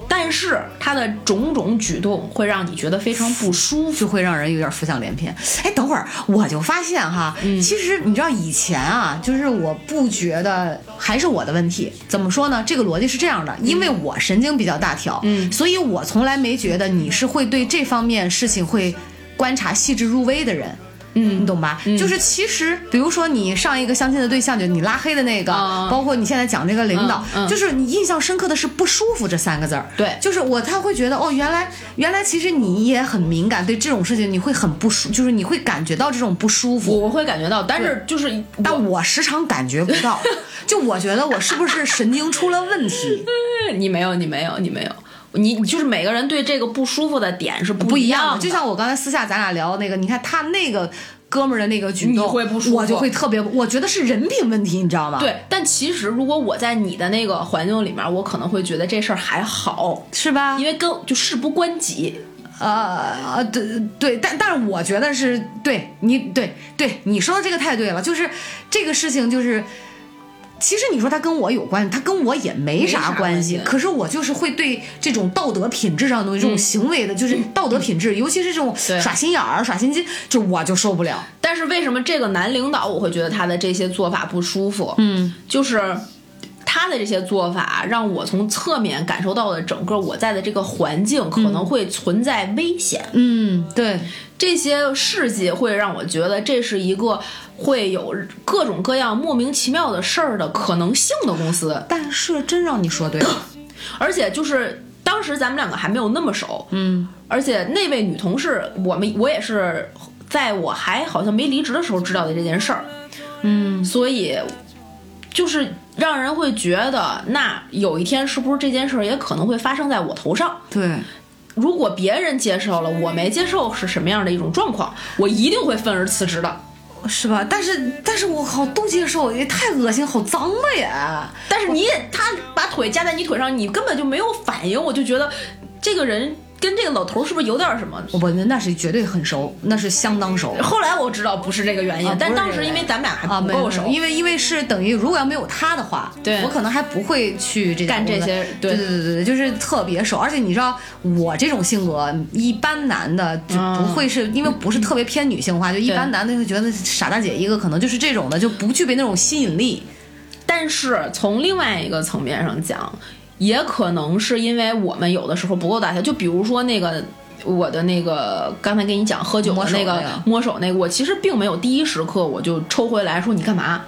Speaker 1: 但是他的种种举动会让你觉得非常不舒服。
Speaker 2: 就会让人有点浮想联翩。哎，等会儿我就发现哈，
Speaker 1: 嗯
Speaker 2: 其实你知道以前啊，就是我不觉得还是我的问题。怎么说呢？这个逻辑是这样的，因为我神经比较大条，
Speaker 1: 嗯
Speaker 2: 所以我从来没觉得你是会对这方面事情会观察细致入微的人。你
Speaker 1: 嗯，
Speaker 2: 懂吧？就是其实，比如说你上一个相亲的对象，就你拉黑的那个，
Speaker 1: 啊
Speaker 2: 包括你现在讲这个领导，
Speaker 1: 嗯嗯
Speaker 2: 就是你印象深刻的是不舒服这三个字儿。
Speaker 1: 对
Speaker 2: 就是我他会觉得哦，原来原来其实你也很敏感，对这种事情你会很不舒，就是你会感觉到这种不舒服。
Speaker 1: 我会感觉到，但是就是
Speaker 2: 但我时常感觉不
Speaker 1: (laughs)
Speaker 2: 到，就我觉得我是不是神经出了问题？
Speaker 1: 你没有，你没有，你没有，你你就是每个人对这个 (laughs) 不舒服的点是
Speaker 2: 不
Speaker 1: 一
Speaker 2: 一样
Speaker 1: 的。
Speaker 2: 的。就像我刚才私下咱俩聊那个，你看他那个哥们儿的那个举
Speaker 1: 你
Speaker 2: 动，
Speaker 1: 会不舒服
Speaker 2: 我就会特别，我觉得是人品问题，你知道吗？，
Speaker 1: 对，但其实如果我在你的那个环境里面，我可能会觉得这事儿还好，
Speaker 2: 是吧？
Speaker 1: 因为跟就事不关己。
Speaker 2: 呃呃，对对，但但是我觉得是对你对对你说的这个太对了，就是这个事情就是。其实你说他跟我有关系，他跟我也没
Speaker 1: 没啥
Speaker 2: 啥
Speaker 1: 关
Speaker 2: 关
Speaker 1: 系
Speaker 2: 系。可是我就是会对这种道德品质上的东西，这种行为的，就是道德品质，尤其是这种
Speaker 1: 对
Speaker 2: 耍心眼儿、耍心机，就我就受不了。
Speaker 1: 但是为什么这个男领导我会觉得他的这些做法不舒服？嗯，就是他的这些做法让我从侧面感受到了整个我在的这个环境可能会存在危险，
Speaker 2: 嗯，对，
Speaker 1: 这些事迹会让我觉得这是一个会有各种各样莫名其妙的事儿的可能性的公司。
Speaker 2: 但是真让你说对 (coughs) 了，
Speaker 1: 而且就是当时咱们两个还没有那么熟，嗯，而且那位女同事，我们我也是在我还好像没离职的时候知道的这件事儿，嗯，所以就是让人会觉得，那有一天是不是这件事儿也可能会发生在我头上？
Speaker 2: 对，
Speaker 1: 如果别人接受了，我没接受是什么样的一种状况？我一定会愤而辞职的。
Speaker 2: 是吧？但是但是我靠，都接受也太恶心，好脏了也。
Speaker 1: 但是你也他把腿夹在你腿上，你根本就没有反应，我就觉得这个人跟这个老头儿是不是有点什么？
Speaker 2: 我那是绝对很熟，那是相当熟。
Speaker 1: 后来我知道不是这个原因，
Speaker 2: 啊
Speaker 1: 但
Speaker 2: 不是
Speaker 1: 当
Speaker 2: 这
Speaker 1: 时
Speaker 2: 个
Speaker 1: 因为
Speaker 2: 原因
Speaker 1: 咱们俩还
Speaker 2: 啊，
Speaker 1: 不
Speaker 2: 没有
Speaker 1: 够
Speaker 2: 没
Speaker 1: 熟
Speaker 2: 有，，因为因为是等于，如果要没有他的话，
Speaker 1: 对
Speaker 2: 我可能还不会去这家
Speaker 1: 干这
Speaker 2: 公司
Speaker 1: 些对
Speaker 2: 对对对对，就是特别熟。而且你知道，我这种性格，一般男的就
Speaker 1: 嗯
Speaker 2: 不会是、因为不是特别偏女性化，就一般男的会觉得傻大姐一个，可能就是这种的，就不具备那种吸引力。
Speaker 1: 但是从另外一个层面上讲，也可能是因为我们有的时候不够大条。就比如说那个我的那个刚才跟你讲喝酒的那
Speaker 2: 摸手
Speaker 1: 个
Speaker 2: 那个
Speaker 1: 摸手那个，我其实并没有第一时刻我就抽回来说你干
Speaker 2: 啊
Speaker 1: 嘛。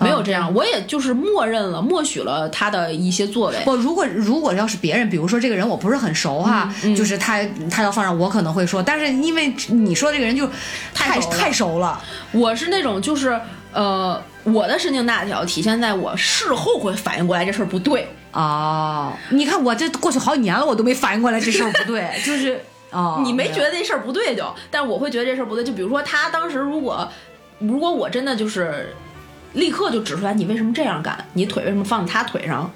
Speaker 1: 没有这样，我也就是默认了、默许了他的一些作为。
Speaker 2: (laughs) 我如果如果要是别人，比如说这个人我不是很熟哈、
Speaker 1: 嗯
Speaker 2: 就是他他要放上我可能会说，但是因为你说这个人就
Speaker 1: 太
Speaker 2: 太
Speaker 1: 熟了
Speaker 2: 太熟了，
Speaker 1: 我是那种就是呃，我的神经大条体现在我事后会反应过来这事儿不对，
Speaker 2: 哦，你看我这过去好几年了，我都没反应过来这事儿不
Speaker 1: (laughs)
Speaker 2: 对，就是哦，
Speaker 1: 你没觉
Speaker 2: 得
Speaker 1: 得这事儿不对就，但我会觉得这事儿不对。就比如说他当时如果，如果我真的就是立刻就指出来你为什么这样干，你腿为什么放在他腿上。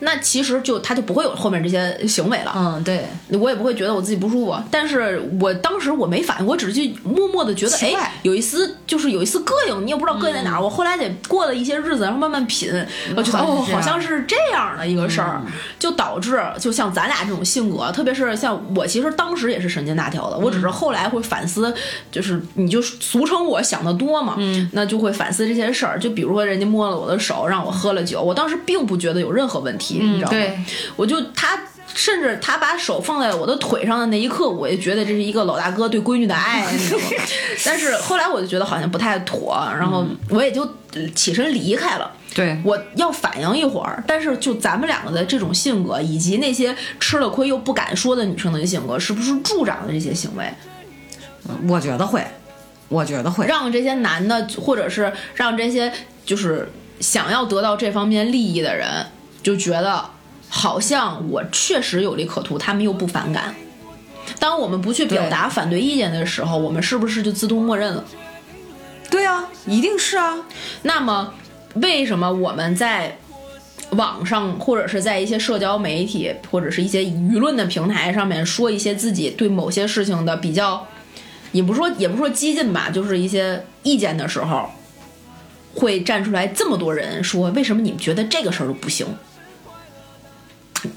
Speaker 1: 那其实就他就不会有后面这些行为了，
Speaker 2: 嗯，对，
Speaker 1: 我也不会觉得我自己不舒服。但是我当时我没反应，我只是就默默的觉得，
Speaker 2: 奇怪嗯
Speaker 1: 哎，有一丝就是有一丝膈应，你也不知道膈应在哪儿。我后来得过了一些日子，然后慢慢品，我觉得
Speaker 2: 好像是
Speaker 1: 哦，
Speaker 2: 这样
Speaker 1: 好像是这样的一个事儿，就导致就像咱俩这种性格，特别是像我，其实当时也是神经大条的，我只是后来会反思，就是你就俗称我想的多嘛，那就会反思这些事儿。就比如说人家摸了我的手，让我喝了酒，我当时并不觉得有任何问题，你知道吗？
Speaker 2: 对
Speaker 1: 我就他。甚至他把手放在我的腿上的那一刻，我也觉得这是一个老大哥对闺女的爱那种。但是后来我就觉得好像不太妥，然后我也就呃起身离开了。
Speaker 2: 对
Speaker 1: 我要反应一会儿，但是就咱们两个的这种性格，以及那些吃了亏又不敢说的女生的性格，是不是助长了这些行为，
Speaker 2: 我觉得会，我觉得会，
Speaker 1: 让这些男的，或者是让这些就是想要得到这方面利益的人，就觉得好像我确实有利可图，他们又不反感。当我们不去表达反对意见的时候，我们是不是就自动默认了？
Speaker 2: 对啊，一定是啊，
Speaker 1: 那么，为什么我们在网上或者是在一些社交媒体或者是一些舆论的平台上面说一些自己对某些事情的比较，也不说也不说激进吧，就是一些意见的时候，会站出来这么多人说，为什么你们觉得这个事儿就不行？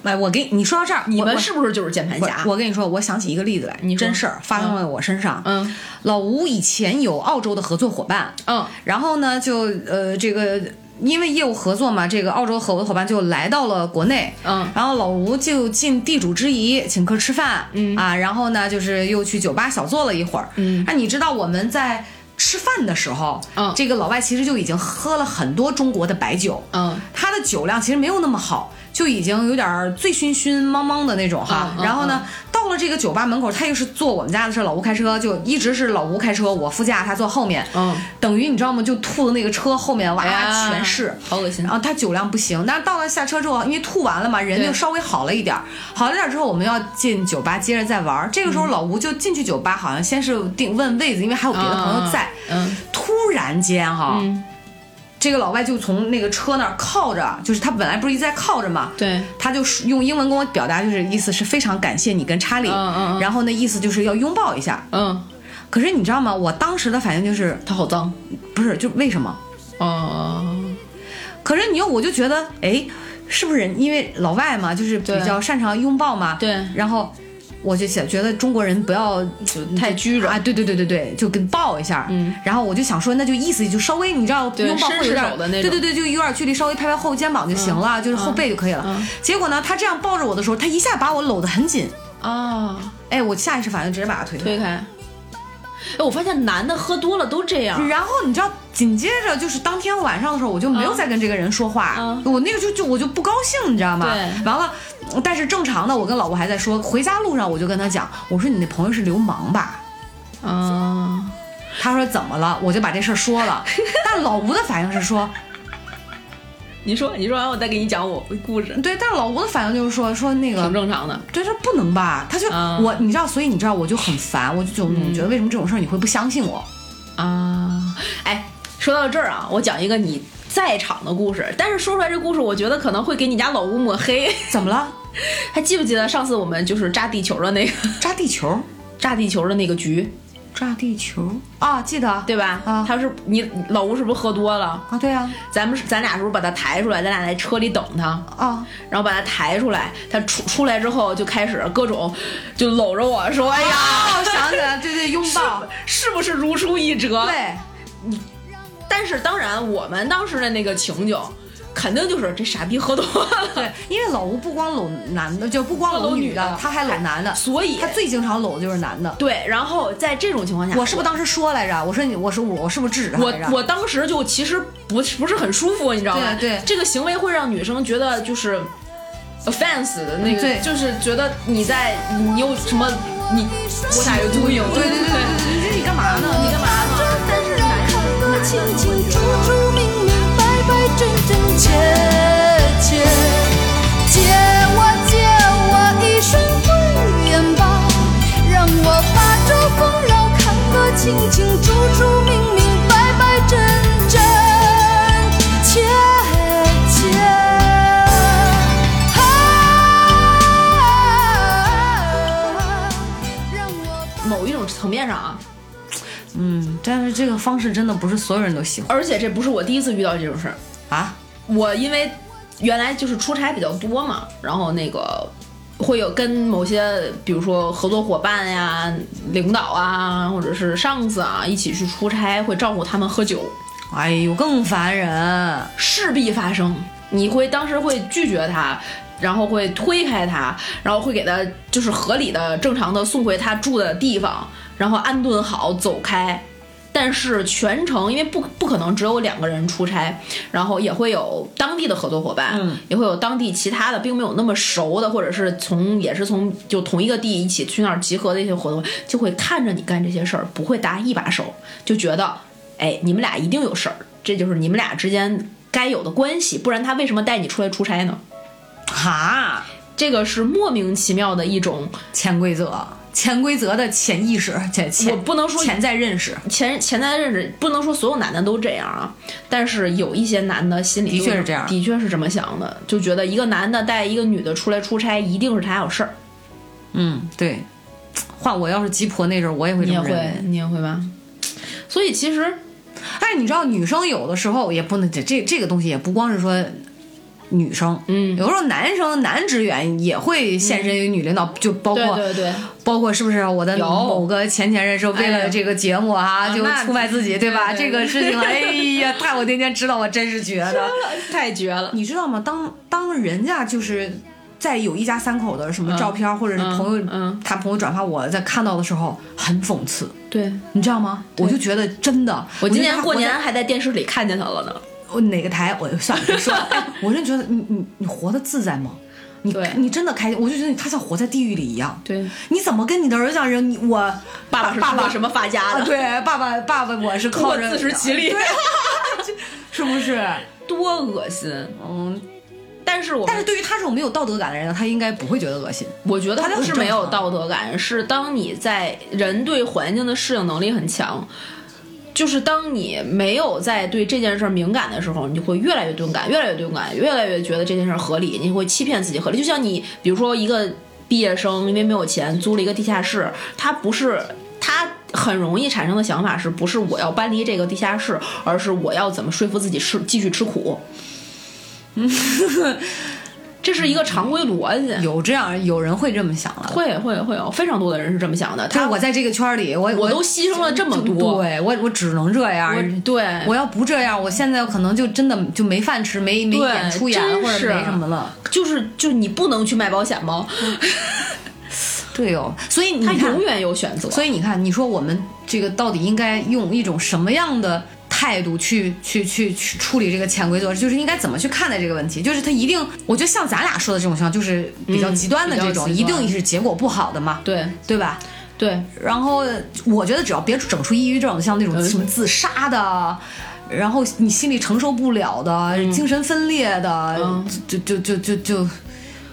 Speaker 2: 来，哎我给你说到这儿，
Speaker 1: 你
Speaker 2: 我
Speaker 1: 们
Speaker 2: 我
Speaker 1: 是不是就是键盘
Speaker 2: 我
Speaker 1: 侠？
Speaker 2: 我跟你说，我想起一个例子来，
Speaker 1: 你说
Speaker 2: 真事儿发生在我身上。
Speaker 1: 嗯
Speaker 2: 老吴以前有澳洲的合作伙伴，
Speaker 1: 嗯
Speaker 2: 然后呢，就呃这个因为业务合作嘛，这个澳洲合作伙伴就来到了国内，
Speaker 1: 嗯
Speaker 2: 然后老吴就尽地主之谊，请客吃饭，嗯啊，然后呢就是又去酒吧小坐了一会儿，
Speaker 1: 嗯
Speaker 2: 啊，你知道我们在。吃饭的时候，
Speaker 1: 嗯
Speaker 2: 这个老外其实就已经喝了很多中国的白酒，
Speaker 1: 嗯
Speaker 2: 他的酒量其实没有那么好，就已经有点儿醉醺醺、懵懵的那种哈。
Speaker 1: 嗯嗯
Speaker 2: 啊然后呢，到了这个酒吧门口，他又是坐我们家的车，老吴开车，就一直是老吴开车，我副驾，他坐后面。
Speaker 1: 嗯，
Speaker 2: 等于你知道吗？就吐的那个车后面哇、
Speaker 1: 哎呀
Speaker 2: 全是。
Speaker 1: 好恶心
Speaker 2: 然。后他酒量不行，但是到了下车之后，因为吐完了嘛，人
Speaker 1: 对
Speaker 2: 就稍微好了一点儿。好了一点儿之后，我们要进酒吧接着再玩儿。这个时候，老吴就进去酒吧，好像先是定问位子，因为还有别的朋友在。
Speaker 1: 嗯
Speaker 2: 突然间哈、
Speaker 1: 嗯
Speaker 2: 这个老外就从那个车那儿靠着，就是他本来不是一直在靠着嘛，
Speaker 1: 对，
Speaker 2: 他就说用英文跟我表达，就是意思是非常感谢你跟查理，
Speaker 1: 嗯嗯嗯
Speaker 2: 然后那意思就是要拥抱一下。
Speaker 1: 嗯，
Speaker 2: 可是你知道吗？我当时的反应就是
Speaker 1: 他好脏
Speaker 2: 不是就为什么？
Speaker 1: 哦。
Speaker 2: 可是你又我就觉得哎，是不是人因为老外嘛，就是比
Speaker 1: 对
Speaker 2: 较擅长拥抱嘛？
Speaker 1: 对
Speaker 2: 然后。我就想觉得中国人不要
Speaker 1: 太拘着
Speaker 2: 啊，对对对对对，就跟抱一下，
Speaker 1: 嗯，
Speaker 2: 然后我就想说，那就意思就稍微你知道
Speaker 1: 对
Speaker 2: 拥抱会有点
Speaker 1: 伸手的那
Speaker 2: 对
Speaker 1: 种
Speaker 2: 对对，就有点距离，稍微拍拍后肩膀就行了，就是后背就可以了。
Speaker 1: 嗯
Speaker 2: 结果呢，他这样抱着我的时候，他一下把我搂得很紧，
Speaker 1: 啊，
Speaker 2: 哎，我下意识反应直接把他推开。
Speaker 1: 推开。哎，我发现男的喝多了都这样。
Speaker 2: 然后你知道，紧接着就是当天晚上的时候，我就没有再跟这个人说话，
Speaker 1: 嗯
Speaker 2: 我那个就就我就不高兴，你知道吗？
Speaker 1: 对
Speaker 2: 完了，但是正常的，我跟老婆还在说，回家路上我就跟他讲，我说你那朋友是流氓吧？
Speaker 1: 啊，
Speaker 2: 他说怎么了？我就把这事儿说
Speaker 1: (laughs)
Speaker 2: 了。但老吴的反应是说，
Speaker 1: 你说，你说完我再给你讲我故事，
Speaker 2: 对，但是老吴的反应就是说说那个
Speaker 1: 挺正常的。
Speaker 2: 对，这不能吧？他就、
Speaker 1: 嗯
Speaker 2: 我，你知道，所以你知道，我就很烦，我就总总觉得为什么这种事儿你会不相信我？
Speaker 1: 啊，哎，说到这儿啊，我讲一个你在场的故事，但是说出来这故事，我觉得可能会给你家老吴抹黑。 (laughs)
Speaker 2: 怎么了？
Speaker 1: 还记不记得上次我们就是扎地球的那个 (laughs)
Speaker 2: 扎地球，
Speaker 1: 扎地球的那个局，
Speaker 2: 扎地球啊！记得
Speaker 1: 对吧？
Speaker 2: 啊
Speaker 1: 他是你老吴是不是喝多了？
Speaker 2: 啊，对啊
Speaker 1: 咱们是咱俩是不是把他抬出来？咱俩在车里等他。
Speaker 2: 啊！
Speaker 1: 然后把他抬出来，他出出来之后就开始各种就搂着我说：“哎呀，
Speaker 2: 哦，想起来了，对对，拥抱，
Speaker 1: 是不是如出一辙？”。
Speaker 2: (laughs) 对，
Speaker 1: 但是当然，我们当时的那个情景，肯定就是这傻逼喝多了。
Speaker 2: 因为老吴不光搂男的，就不光
Speaker 1: 搂
Speaker 2: 搂
Speaker 1: 女
Speaker 2: 女的哎
Speaker 1: 的，
Speaker 2: 他还搂男的，
Speaker 1: (laughs) 所以
Speaker 2: 他最经常搂的就是男的。
Speaker 1: 对，然后在这种情况下，
Speaker 2: 我是不是当时说来着？我说你，我说我，我是不是制止他
Speaker 1: 我
Speaker 2: 来着？
Speaker 1: 我当时就其实不是不是很舒服，你知道吗？
Speaker 2: 对对
Speaker 1: 这个行为会让女生觉得就是 offense 的那个，
Speaker 2: 嗯对
Speaker 1: 就是觉得你在你你有什么你 what are you doing？
Speaker 2: 对对对对对，嗯你这你干嘛呢？你干嘛呢？
Speaker 5: 但是男生的清清楚楚、明明白白、真真切切，借我借我一双慧眼吧，让我把这丰饶看得清清楚楚、明明白白、真真。
Speaker 1: 某一种层面上啊，
Speaker 2: 嗯，但是这个方式真的不是所有人都喜欢
Speaker 1: 而且这不是我第一次遇到这种事儿。
Speaker 2: 啊。
Speaker 1: 我因为原来就是出差比较多嘛，然后那个会有跟某些，比如说合作伙伴呀、领导啊，或者是上司啊一起去出差，会照顾他们喝酒，
Speaker 2: 哎呦，更烦人。
Speaker 1: 势必发生。你会当时会拒绝他，然后会推开他，然后会给他就是合理的、正常的送回他住的地方，然后安顿好走开。但是全程因为不不可能只有两个人出差，然后也会有当地的合作伙伴，也会有当地其他的并没有那么熟的，或者是从也是从就同一个地一起去那儿集合的一些活动，就会看着你干这些事儿，不会搭一把手，就觉得哎，你们俩一定有事儿，这就是你们俩之间该有的关系，不然他为什么带你出来出差呢？
Speaker 2: 哈，
Speaker 1: 这个是莫名其妙的一种
Speaker 2: 潜规则，潜规则的潜意识，潜潜
Speaker 1: 我不能说
Speaker 2: 潜在认识，
Speaker 1: 前前在认识，不能说所有男的都这样啊，但是有一些男的心里
Speaker 2: 的确
Speaker 1: 就是
Speaker 2: 这样
Speaker 1: 的确是这么想的，就觉得一个男的带一个女的出来出差，一定是他有事儿。
Speaker 2: 嗯，对。换我要是鸡婆那阵儿，我也会
Speaker 1: 你
Speaker 2: 这
Speaker 1: 也
Speaker 2: 么认
Speaker 1: 会
Speaker 2: 为。，
Speaker 1: 你也会吧？所以其实
Speaker 2: (laughs) 哎，你知道女生有的时候也不能这这这个东西也不光是说女生，
Speaker 1: 嗯
Speaker 2: 有时候男生男职员也会献身于女领导，就包括
Speaker 1: 对对对
Speaker 2: 包括是不是我的
Speaker 1: 有
Speaker 2: 某个前前任是为
Speaker 1: 哎
Speaker 2: 了
Speaker 1: 呦
Speaker 2: 这个节目啊，
Speaker 1: 啊
Speaker 2: 就
Speaker 1: 那
Speaker 2: 出卖自己，对吧？
Speaker 1: 对对啊
Speaker 2: 这个事情，哎呀，看我那天知道，我真是觉得，
Speaker 1: (laughs) 太绝了，
Speaker 2: 你知道吗？当当人家就是在有一家三口的什么照片，或者是朋友、
Speaker 1: 嗯嗯
Speaker 2: 他朋友转发我在看到的时候，很讽刺，
Speaker 1: 对
Speaker 2: 你知道吗？我就觉得真的，
Speaker 1: 我今年
Speaker 2: 觉得他
Speaker 1: 过
Speaker 2: 活在
Speaker 1: 年还在电视里看见他了呢。
Speaker 2: 我哦哪个台，我就算了，
Speaker 1: (laughs)
Speaker 2: 别说了。哎我真觉得你你你活得自在吗？你
Speaker 1: 对
Speaker 2: 你真的开心？我就觉得他像活在地狱里一样。
Speaker 1: 对，
Speaker 2: 你怎么跟你的儿子讲人？你我
Speaker 1: 爸爸是
Speaker 2: 爸
Speaker 1: 通过什么发家
Speaker 2: 啊
Speaker 1: 的？
Speaker 2: 对，爸爸爸爸，我是靠
Speaker 1: 过
Speaker 2: 着
Speaker 1: 自食其 (laughs) 力
Speaker 2: 对这是不是？
Speaker 1: 多恶心！
Speaker 2: 嗯，
Speaker 1: 但是我
Speaker 2: 但是对于他这种没有道德感的人，他应该不会觉得恶心。
Speaker 1: 我觉得
Speaker 2: 他就
Speaker 1: 不是
Speaker 2: 很正
Speaker 1: 没有
Speaker 2: 常
Speaker 1: 道德感，是当你在人对环境的适应能力很强，就是当你没有在对这件事儿敏感的时候，你会越来越钝感，越来越钝感，越来越觉得这件事儿合理，你会欺骗自己合理。就像你，比如说一个毕业生，因为没有钱租了一个地下室，他不是。他很容易产生的想法是不是我要搬离这个地下室，而是我要怎么说服自己吃继续吃苦？这是一个常规逻辑。
Speaker 2: 有这样有人会这么想了。
Speaker 1: 嗯会会会有非常多的人是这么想的，
Speaker 2: 就是
Speaker 1: 他
Speaker 2: 我在这个圈儿里，我
Speaker 1: 我都牺牲了这么多，
Speaker 2: 对我我只能这样。
Speaker 1: 我对
Speaker 2: 我要不这样，我现在可能就真的就没饭吃，没没
Speaker 1: 对
Speaker 2: 演出演
Speaker 1: 真
Speaker 2: 或者
Speaker 1: 是
Speaker 2: 没什么了。
Speaker 1: 就是就你不能去卖保险吗？
Speaker 2: 对哦，所嗯以你
Speaker 1: 他
Speaker 2: 看
Speaker 1: 永，远有选择，
Speaker 2: 所以你看，你说我们这个到底应该用一种什么样的态度去去去去处理这个潜规则？就是应该怎么去看待这个问题？就是他一定，我觉得像咱俩说的这种情况，就是比较
Speaker 1: 嗯
Speaker 2: 极端的
Speaker 1: 比较
Speaker 2: 这种，
Speaker 1: 极
Speaker 2: 一
Speaker 1: 端
Speaker 2: 定是结果不好的嘛，
Speaker 1: 对
Speaker 2: 对吧？
Speaker 1: 对，
Speaker 2: 然后我觉得只要别整出抑郁症，像那
Speaker 1: 嗯
Speaker 2: 种什么自杀的，然后你心理承受不了的，精神分裂的，
Speaker 1: 嗯
Speaker 2: 就就就就就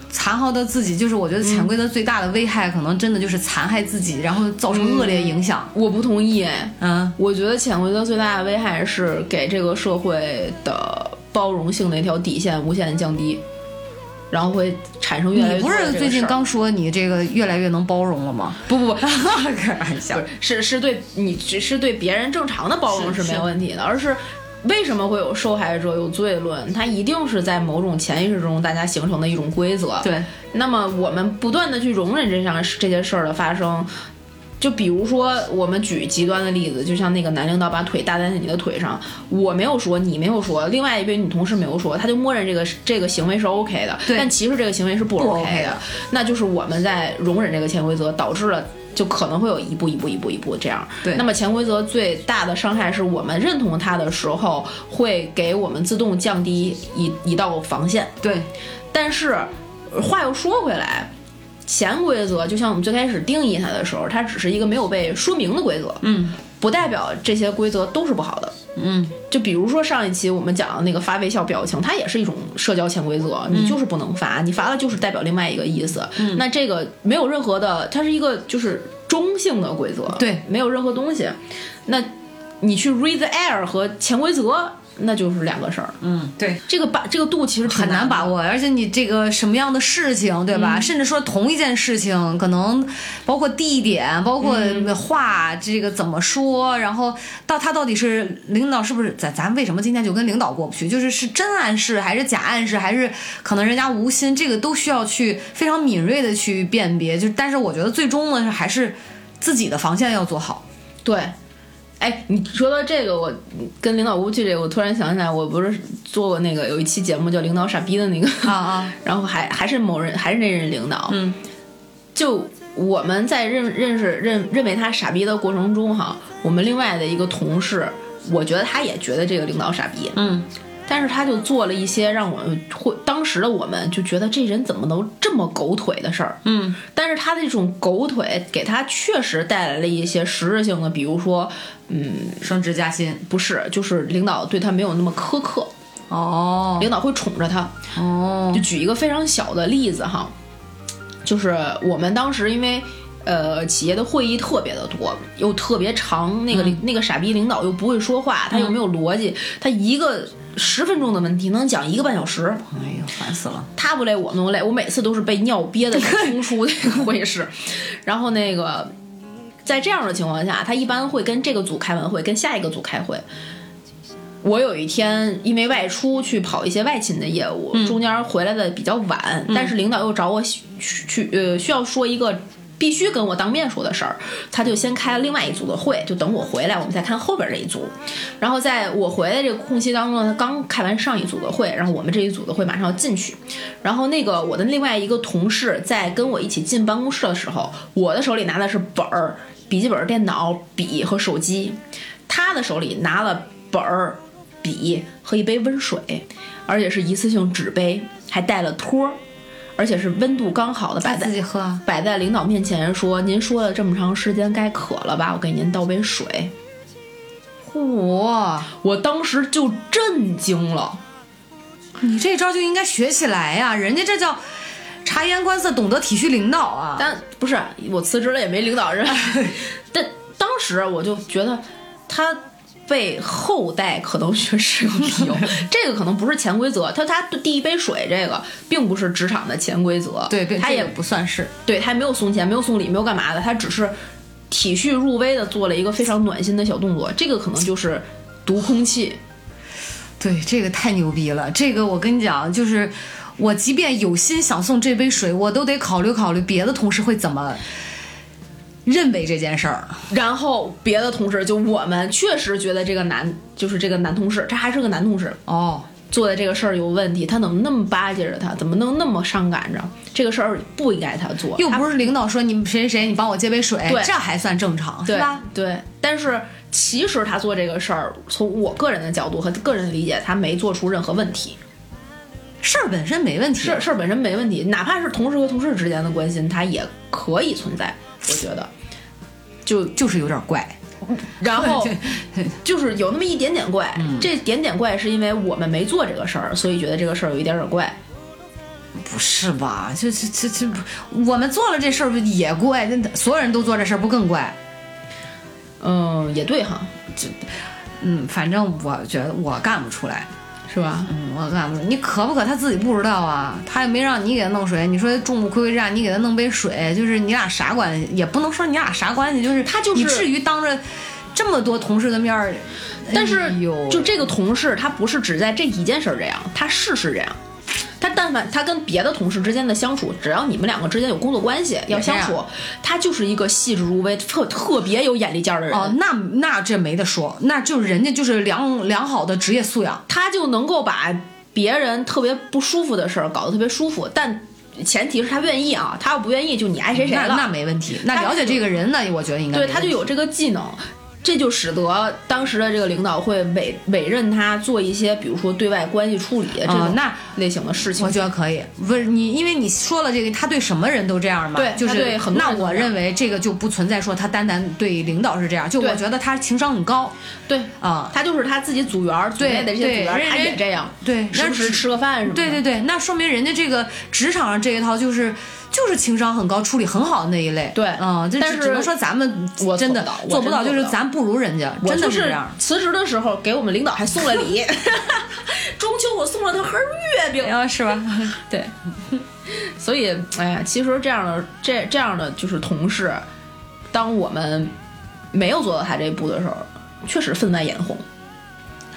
Speaker 2: 残害到自己，就是我觉得潜规则最大的危害，可能真的就是残害自己，然后造成恶劣影响。
Speaker 1: 我不同意哎，
Speaker 2: 嗯，
Speaker 1: 我觉得潜规则最大的危害是给这个社会的包容性的一条底线无限降低，然后会产生越来越
Speaker 2: 嗯你
Speaker 1: 多
Speaker 2: 不
Speaker 1: 的这
Speaker 2: 是
Speaker 1: 个
Speaker 2: 最近
Speaker 1: 事儿
Speaker 2: 刚说你这个越来越能包容
Speaker 1: (laughs)
Speaker 2: 了吗？
Speaker 1: 不不不，
Speaker 2: 开玩笑
Speaker 1: 不是是是对你只是对别人正常的包容是没问题的，而是为什么会有受害者有罪论？它一定是在某种潜意识中大家形成的一种规则。，
Speaker 2: 对，
Speaker 1: 那么我们不断的去容忍这项这些事儿的发生。就比如说，我们举极端的例子，就像那个男领导把腿搭在你的腿上，我没有说，你没有说，另外一位女同事没有说，他就默认这个 (laughs) 这个行为是 OK 的，
Speaker 2: 对
Speaker 1: 但其实这个行为是不
Speaker 2: 不
Speaker 1: OK
Speaker 2: OK 的
Speaker 1: 那就是我们在容忍这个潜规则，导致了就可能会有一步一步一步一步这样。
Speaker 2: 对
Speaker 1: 那么潜规则最大的伤害是我们认同它的时候，会给我们自动降低一一道防线。
Speaker 2: 对，
Speaker 1: 但是呃话又说回来，潜规则就像我们最开始定义它的时候，它只是一个没有被说明的规则，
Speaker 2: 嗯
Speaker 1: 不代表这些规则都是不好的。
Speaker 2: 嗯，
Speaker 1: 就比如说上一期我们讲的那个发微笑表情，它也是一种社交潜规
Speaker 2: 嗯
Speaker 1: 则，你就是不能发，你发了就是代表另外一个意思。那这个没有任何的，它是一个就是中性的规则，
Speaker 2: 对
Speaker 1: 没有任何东西。那你去 read the air 和潜规则那就是两个事儿。
Speaker 2: 嗯，对，
Speaker 1: 这个把这个度其实挺
Speaker 2: 很难
Speaker 1: 的
Speaker 2: 把。握，而且你这个什么样的事情，对吧？甚至说同一件事情，可能包括地点，包括话，这个怎么说，然后到他到底是领导是不是咱咱为什么今天就跟领导过不去？就是是真暗示还是假暗示，还是可能人家无心，这个都需要去非常敏锐的去辨别。就但是我觉得最终呢，是还是自己的防线要做好。
Speaker 1: 对，哎，你说到这个，我跟领导过不去这个，我突然想起来，我不是做过那个有一期节目叫《领导傻逼》的那个
Speaker 2: 啊啊，
Speaker 1: (laughs) 然后还还是某人还是那任领导，
Speaker 2: 嗯，
Speaker 1: 就我们在认认识认认为他傻逼的过程中哈，我们另外的一个同事，我觉得他也觉得这个领导傻逼，
Speaker 2: 嗯，
Speaker 1: 但是他就做了一些让我们会当时的我们就觉得这人怎么能这么狗腿的事儿，
Speaker 2: 嗯，
Speaker 1: 但是他的这种狗腿给他确实带来了一些实质性的，比如说，嗯，
Speaker 2: 升职加薪
Speaker 1: 不是，就是领导对他没有那么苛刻，
Speaker 2: 哦
Speaker 1: 领导会宠着他，
Speaker 2: 哦
Speaker 1: 就举一个非常小的例子哈，就是我们当时因为呃企业的会议特别的多，又特别长，那个领、那个傻逼领导又不会说话，他又没有逻辑，他一个十分钟的问题能讲一个半小时，
Speaker 2: 哎呦，烦死了！
Speaker 1: 他不累，我们都累。我每次都是被尿憋的冲出这个会议室， (laughs) 然后那个在这样的情况下，他一般会跟这个组开完会，跟下一个组开会。我有一天因为外出去跑一些外勤的业务，中间回来的比较晚，但是领导又找我去去呃需要说一个。必须跟我当面说的事儿，他就先开了另外一组的会，就等我回来，我们再看后边这一组。然后在我回来这个空隙当中呢，他刚开完上一组的会，然后我们这一组的会马上要进去，然后那个我的另外一个同事在跟我一起进办公室的时候，我的手里拿的是本儿、笔记本、电脑、笔和手机，他的手里拿了本儿、笔和一杯温水，而且是一次性纸杯，还带了托儿，而且是温度刚好的摆
Speaker 2: 他
Speaker 1: 在
Speaker 2: 自己喝啊，
Speaker 1: 摆在领导面前说：“您说了这么长时间，该渴了吧？我给您倒杯水。
Speaker 2: 嚯！”
Speaker 1: 我当时就震惊
Speaker 2: 啊
Speaker 1: 了。
Speaker 2: 你这招就应该学起来呀、人家这叫察言观色，懂得体恤领导啊。
Speaker 1: 但不是我辞职了也没领
Speaker 2: (laughs)
Speaker 1: 导认，但当时我就觉得他被后代可能学使用理
Speaker 2: (laughs)
Speaker 1: 由，这个可能不是潜规则。他他递一杯水，这个并不是职场的潜规则，
Speaker 2: 对，对，
Speaker 1: 他也
Speaker 2: 这个不算是。
Speaker 1: 对他也没有送钱，没有送礼，没有干嘛的，他只是体恤入微的做了一个非常暖心的小动作，这个可能就是读空气。
Speaker 2: 对，这个太牛逼了。这个我跟你讲，就是我即便有心想送这杯水，我都得考虑考虑别的同事会怎么认为这件事儿。
Speaker 1: 然后别的同事就我们确实觉得这个男就是这个男同事，这还是个男同事，
Speaker 2: 哦，
Speaker 1: 做的这个事儿有问题，他怎么那么巴结着他，怎么能那么上赶着？这个事儿不应该他做，
Speaker 2: 哦又
Speaker 1: 他
Speaker 2: 不是领导说你们谁谁谁，你帮我接杯水，
Speaker 1: 对
Speaker 2: 这还算正常，是
Speaker 1: 对
Speaker 2: 吧？
Speaker 1: 对。但是其实他做这个事儿，从我个人的角度和个人理解，他没做出任何问题，
Speaker 2: 事儿本身没问题。
Speaker 1: 事儿事儿本身没问题，哪怕是同事和同事之间的关心，他也可以存在，我觉得。就
Speaker 2: 就是有点怪，
Speaker 1: 然后
Speaker 2: (laughs) 对
Speaker 1: 就是有那么一点点怪，
Speaker 2: 嗯
Speaker 1: 这点点怪是因为我们没做这个事儿，所以觉得这个事儿有一点点怪。
Speaker 2: 不是吧？这这这这不，我们做了这事儿不也怪？那所有人都做这事儿不更怪？
Speaker 1: 嗯，也对哈，
Speaker 2: 嗯，反正我觉得我干不出来，
Speaker 1: 是吧？
Speaker 2: 嗯，我干不出来。你渴不渴他自己不知道啊，他也没让你给他弄水。你说众目睽睽之下，你给他弄杯水，就是你俩啥关系？也不能说你俩啥关系，就是
Speaker 1: 他就是
Speaker 2: 你至于当着这么多同事的面儿，
Speaker 1: 但是、
Speaker 2: 哎呦
Speaker 1: 就这个同事，他不是只在这一件事儿这样，他事事这样。他但凡他跟别的同事之间的相处，只要你们两个之间有工作关系要相
Speaker 2: 这
Speaker 1: 处
Speaker 2: 样，
Speaker 1: 他就是一个细致入微、特特别有眼力见儿的人。
Speaker 2: 哦，那那这没得说，那就是人家就是良良好的职业素养。
Speaker 1: 他就能够把别人特别不舒服的事儿搞得特别舒服，但前提是他愿意啊，他要不愿意就你爱谁谁
Speaker 2: 那
Speaker 1: 了。
Speaker 2: 那没问题，那
Speaker 1: 他
Speaker 2: 了解这个人呢，我觉得应该
Speaker 1: 对，
Speaker 2: 没
Speaker 1: 他就
Speaker 2: 问题
Speaker 1: 有这个技能，这就使得当时的这个领导会委委任他做一些，比如说对外关系处理这
Speaker 2: 啊
Speaker 1: 种
Speaker 2: 那
Speaker 1: 类型的事情。
Speaker 2: 我觉得可以，不是你，因为你说了这个，他对什么人都这样嘛，
Speaker 1: 对
Speaker 2: 就是
Speaker 1: 他对很多
Speaker 2: 那
Speaker 1: 人都
Speaker 2: 我
Speaker 1: 这样
Speaker 2: 认为这个就不存在说他单单对领导是这样，就
Speaker 1: 对
Speaker 2: 我觉得他情商很高
Speaker 1: 对，
Speaker 2: 啊，
Speaker 1: 他就是他自己组员儿，组
Speaker 2: 对
Speaker 1: 内的这些组员儿
Speaker 2: 对人
Speaker 1: 他也
Speaker 2: 人
Speaker 1: 这样，
Speaker 2: 对，
Speaker 1: 时
Speaker 2: 那
Speaker 1: 不时
Speaker 2: 只
Speaker 1: 吃个饭什么的。
Speaker 2: 对对对，那说明人家这个职场上这一套就是就是情商很高、处理很好的那一类。
Speaker 1: 对
Speaker 2: 嗯，就
Speaker 1: 但
Speaker 2: 只
Speaker 1: 是
Speaker 2: 只能说咱们
Speaker 1: 我
Speaker 2: 真
Speaker 1: 做
Speaker 2: 的
Speaker 1: 不到我
Speaker 2: 做不
Speaker 1: 真
Speaker 2: 到，
Speaker 1: 做
Speaker 2: 就
Speaker 1: 不
Speaker 2: 是
Speaker 1: 到
Speaker 2: 咱不如人家，
Speaker 1: 我
Speaker 2: 真的
Speaker 1: 就是
Speaker 2: 这
Speaker 1: 是
Speaker 2: 样。
Speaker 1: 辞职的时候给我们领导还送了
Speaker 2: (laughs)
Speaker 1: 礼， (laughs) 中秋我送了他盒月饼，
Speaker 2: 啊，是吧？
Speaker 1: 对， (laughs) 所以哎呀，其实这样的这这样的就是同事，当我们没有做到他这一步的时候，确实分外眼红，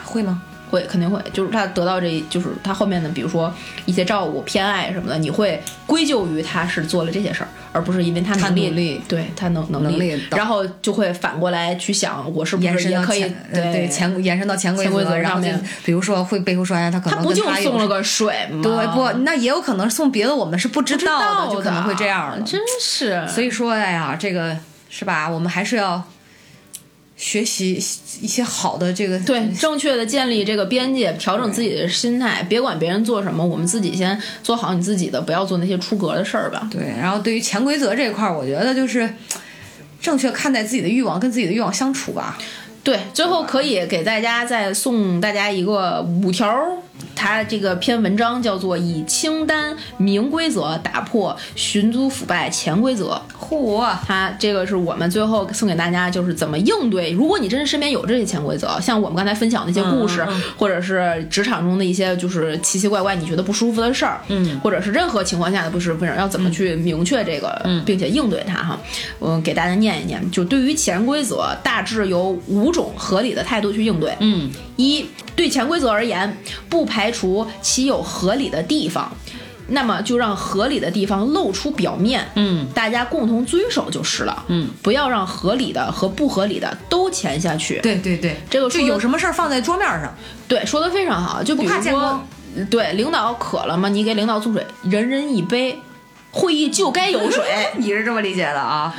Speaker 2: 会吗？
Speaker 1: 会肯定会，就是他得到这一就是他后面的，比如说一些照顾、偏爱什么的，你会归咎于他是做了这些事儿，而不是因为他
Speaker 2: 他
Speaker 1: 能力，
Speaker 2: 努力
Speaker 1: 对他能能
Speaker 2: 能力到
Speaker 1: 然后就会反过来去想，我是不
Speaker 2: 延
Speaker 1: 是
Speaker 2: 伸
Speaker 1: 也
Speaker 2: 到
Speaker 1: 可以
Speaker 2: 潜呃对潜延伸到潜规
Speaker 1: 潜规则
Speaker 2: 然
Speaker 1: 上
Speaker 2: 后就
Speaker 1: 面
Speaker 2: 比如说会背后说哎，他可
Speaker 1: 他
Speaker 2: 能
Speaker 1: 不
Speaker 2: 跟
Speaker 1: 就
Speaker 2: 他有
Speaker 1: 送了个水吗？
Speaker 2: 对不？那也有可能送别的，我们是不知
Speaker 1: 知道
Speaker 2: 道
Speaker 1: 的
Speaker 2: 就可能会这样了。
Speaker 1: 真是。
Speaker 2: 所以说，哎呀，这个是吧？我们还是要学习一些好的这个
Speaker 1: 对，正确的建立这个边界，调整自己的心态，别管别人做什么，我们自己先做好你自己的，不要做那些出格的事儿吧。
Speaker 2: 对。然后对于潜规则这一块儿，我觉得就是正确看待自己的欲望，跟自己的欲望相处吧。
Speaker 1: 对，最后可以给大家再送大家一个五条儿，它这个篇文章叫做《以清单明规则打破寻租腐败潜规则》。嚯，它这个是我们最后送给大家，就是怎么应对。如果你真是身边有这些潜规则，像我们刚才分享的一些故事，嗯或者是职场中的一些就是奇奇怪怪你觉得不舒服的事儿，嗯，或者是任何情况下的不舒服的事儿，要怎么去明确这个，并且应对它哈。嗯，给大家念一念，就对于潜规则，大致有五种合理的态度去应对。嗯，一对潜规则而言，不排除其有合理的地方。那么就让合理的地方露出表面，嗯，大家共同遵守就是了，嗯，不要让合理的和不合理的都潜下去，
Speaker 2: 对对对，
Speaker 1: 这个
Speaker 2: 就
Speaker 1: 说
Speaker 2: 有什么事儿放在桌面上，
Speaker 1: 对，说的非常好。就比如
Speaker 2: 不怕见
Speaker 1: 说
Speaker 2: 光，
Speaker 1: 对，领导渴了吗？你给领导送水，人人一杯。会议就该有水，
Speaker 2: 你是这么理解的啊？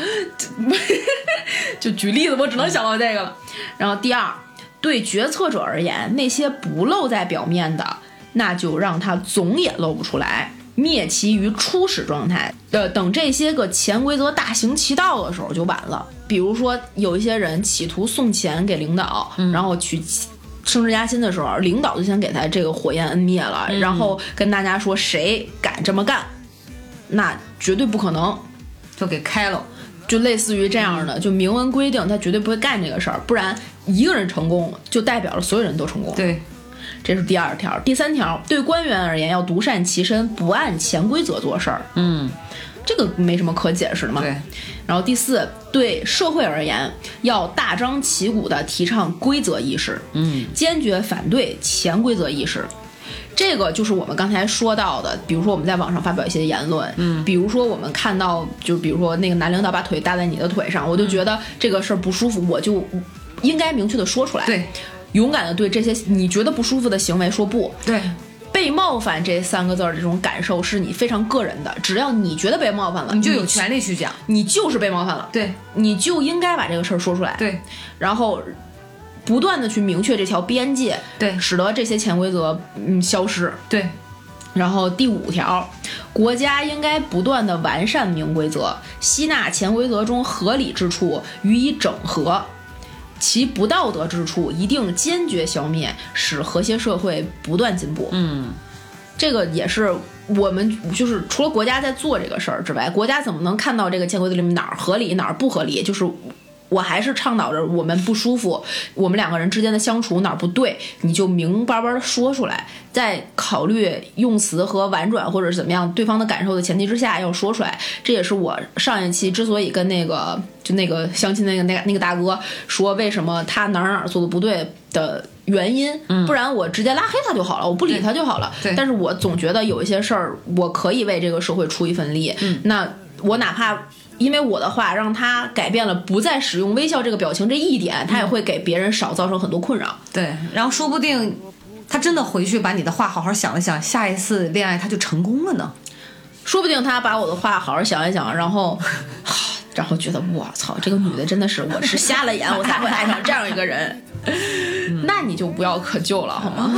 Speaker 1: 就举例子，我只能想到这个了。然后第二，对决策者而言，那些不露在表面的，那就让它总也露不出来，灭其于初始状态。呃，等这些个潜规则大行其道的时候就晚了。比如说，有一些人企图送钱给领导，然后去升职加薪的时候，领导就先给他这个火焰恩灭了，然后跟大家说谁敢这么干，那绝对不可能。
Speaker 2: 就给开了。
Speaker 1: 就类似于这样的，就明文规定他绝对不会干这个事儿，不然一个人成功就代表了所有人都成功。，
Speaker 2: 对，
Speaker 1: 这是第二条。第三条，对官员而言要独善其身，不按潜规则做事儿。嗯，这个没什么可解释的嘛。
Speaker 2: 对。
Speaker 1: 然后第四，对社会而言要大张旗鼓地提倡规则意识，嗯，坚决反对潜规则意识。这个就是我们刚才说到的，比如说我们在网上发表一些言论，嗯，比如说我们看到，就比如说那个男领导把腿搭在你的腿上，我就觉得这个事儿不舒服，我就应该明确的说出来，
Speaker 2: 对，
Speaker 1: 勇敢的对这些你觉得不舒服的行为说不。
Speaker 2: 对，
Speaker 1: 被冒犯这三个字儿，这种感受是你非常个人的，只要你觉得被冒犯了，
Speaker 2: 你就有权利去讲。
Speaker 1: 你就是被冒犯了，
Speaker 2: 嗯对，
Speaker 1: 你就应该把这个事儿说出来，，
Speaker 2: 对，
Speaker 1: 然后不断的去明确这条边界，
Speaker 2: 对
Speaker 1: 使得这些潜规则嗯消失。
Speaker 2: 对，
Speaker 1: 然后第五条，国家应该不断的完善明规则，吸纳潜规则中合理之处予以整合，其不道德之处一定坚决消灭，使和谐社会不断进步。嗯，这个也是我们就是除了国家在做这个事儿之外，国家怎么能看到这个潜规则里面哪儿合理哪儿不合理？就是。我还是倡导着我们不舒服，我们两个人之间的相处哪儿不对，你就明白白的说出来，在考虑用词和婉转或者是怎么样对方的感受的前提之下要说出来。这也是我上一期之所以跟那个就那个相亲那个那个那个大哥说为什么他哪儿哪儿做的不对的原因，不然我直接拉黑他就好了，我不理他就好了。
Speaker 2: 对
Speaker 1: 但是我总觉得有一些事儿，我可以为这个社会出一份力。那我哪怕因为我的话让他改变了不再使用微笑这个表情这一点，他也会给别人少造成很多困扰。
Speaker 2: 对，然后说不定他真的回去把你的话好好想了想，下一次恋爱他就成功了呢。
Speaker 1: 说不定他把我的话好好想一想，然后， (laughs) 然后觉得我操，这个女的真的是我是瞎了眼，我才会爱上这样一个人。那你就不要可救了，好吗？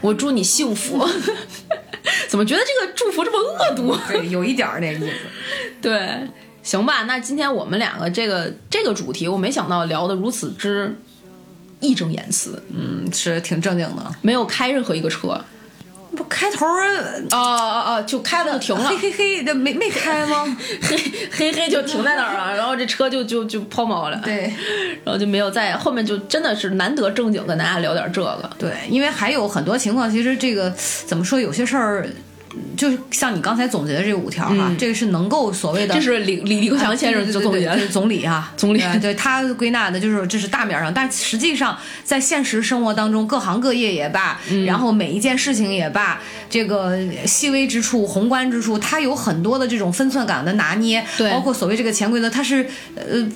Speaker 1: 我祝你幸福。 (laughs) 怎么觉得这个祝福这么恶毒？
Speaker 2: 对，有一点儿那意思。
Speaker 1: 对，行吧，那今天我们两个这个这个主题，我没想到聊得如此之义正言辞，
Speaker 2: 嗯，是挺正经的。
Speaker 1: 没有开任何一个车。
Speaker 2: 不开开头儿呃
Speaker 1: 哦哦哦，就开了就停
Speaker 2: (laughs)
Speaker 1: 了
Speaker 2: 嘿，嘿嘿，这没没开吗？
Speaker 1: 嘿嘿嘿就停在那儿了，然后这车就就就抛锚了，，
Speaker 2: 对
Speaker 1: 然后就没有再后面就真的是难得正经跟大家聊点这个，
Speaker 2: (laughs) 对，因为还有很多情况，其实这个怎么说，有些事儿。就是像你刚才总结的这五条哈、这个嗯是能够所谓的
Speaker 1: 这是李李李克强先生就总结
Speaker 2: 对对对对
Speaker 1: 的
Speaker 2: 对，总理啊，
Speaker 1: 总理
Speaker 2: 对对他归纳的就是这是大面上，但实际上在现实生活当中，各行各业也罢，然后每一件事情也罢，这个细微之处、宏观之处，它有很多的这种分寸感的拿捏，
Speaker 1: 对
Speaker 2: 包括所谓这个潜规则，它是呃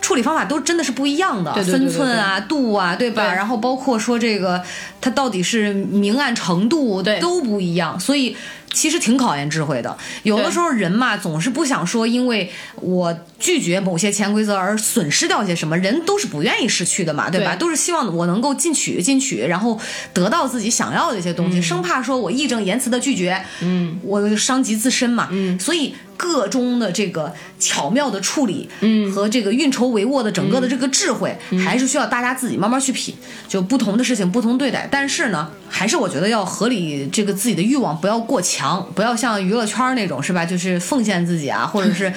Speaker 2: 处理方法都真的是不一样的，
Speaker 1: 对对对
Speaker 2: 分寸啊、度啊，对吧？
Speaker 1: 对
Speaker 2: 然后包括说这个它到底是明暗程度
Speaker 1: 对
Speaker 2: 都不一样，所以。其实挺考验智慧的，有的
Speaker 1: 对
Speaker 2: 时候人嘛，总是不想说，因为我拒绝某些潜规则而损失掉些什么，人都是不愿意失去的嘛，对吧？
Speaker 1: 对
Speaker 2: 都是希望我能够进取进取，然后得到自己想要的一些东西，生怕说我义正言辞的拒绝，嗯，我伤及自身嘛，嗯，所以各中的这个巧妙的处理，嗯，和这个运筹帷幄的整个的这个智慧，还是需要大家自己慢慢去品，就不同的事情不同对待，但是呢，还是我觉得要合理这个自己的欲望不要过强，不要像娱乐圈那种是吧？就是奉献自 (laughs) 己啊，或者是，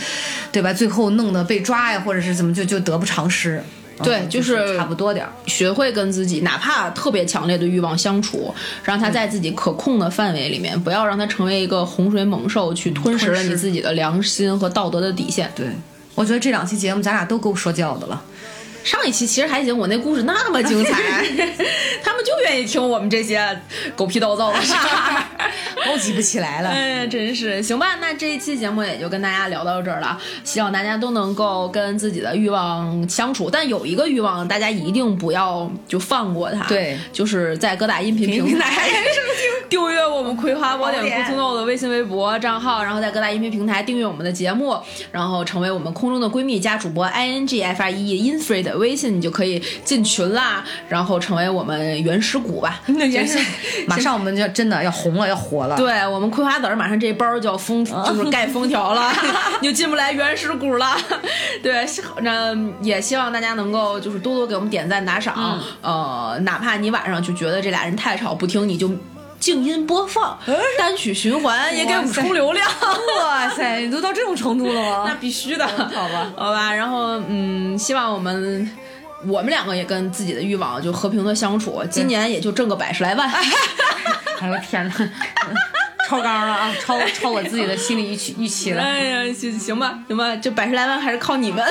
Speaker 2: 对吧？最后弄得被抓呀，或者是怎么就就得不偿失。
Speaker 1: 对
Speaker 2: 嗯
Speaker 1: 就
Speaker 2: 就是差不多点儿。
Speaker 1: 学会跟自己哪怕特别强烈的欲望相处，让它在自己可控的范围里面，不要让它成为一个洪水猛兽，去吞噬了
Speaker 2: 吞噬
Speaker 1: 你自己的良心和道德的底线。
Speaker 2: 对，我觉得这两期节目咱俩都够说教的了。
Speaker 1: 上一期其实还行，我那故事那么精彩，他们就愿意听我们这些狗屁叨叨的事儿。
Speaker 2: 高级不起来
Speaker 1: (laughs)
Speaker 2: 了。
Speaker 1: 哎呀，真是行吧，那这一期节目也就跟大家聊到这儿了，希望大家都能够跟自己的欲望相处，但有一个欲望，大家一定不要就放过它，
Speaker 2: 对
Speaker 1: 就是在各大音频平台 (laughs) 订阅我们《葵
Speaker 2: (laughs)
Speaker 1: 花宝典》不 o 豆的微信、微博账号，然后在各大音频平台订阅我们的节目，然后成为我们空中的闺蜜加主播 i n g f r e infree 的微信，你就可以进群啦，然后成为我们原始股吧，
Speaker 2: (laughs) 那原始， (laughs) 马上我们就真的要红了，要火了。
Speaker 1: 对我们葵花籽儿马上这包就要封，就是盖封条 (laughs) 了，你就进不来原始股 (laughs) 了。对，是那也希望大家能够就是多多给我们点赞打赏，呃，哪怕你晚上就觉得这俩人太吵不听，你就。静音播放，单曲循环也给我们充流量。
Speaker 2: 哇塞，都到这种程度了
Speaker 1: (laughs) 那 (laughs)
Speaker 2: 吗？
Speaker 1: 必须的，好 (laughs)
Speaker 2: 吧，
Speaker 1: 好吧。然后，嗯，希望我们我们两个也跟自己的欲望就和平的相处，今年也就挣个百十来 (laughs) 万。
Speaker 2: 哎呦天哪， (laughs) 超纲了啊，超超我自己的心理预期预期了。
Speaker 1: 哎呀，行行吧，行吧，这百十来万还是靠你们。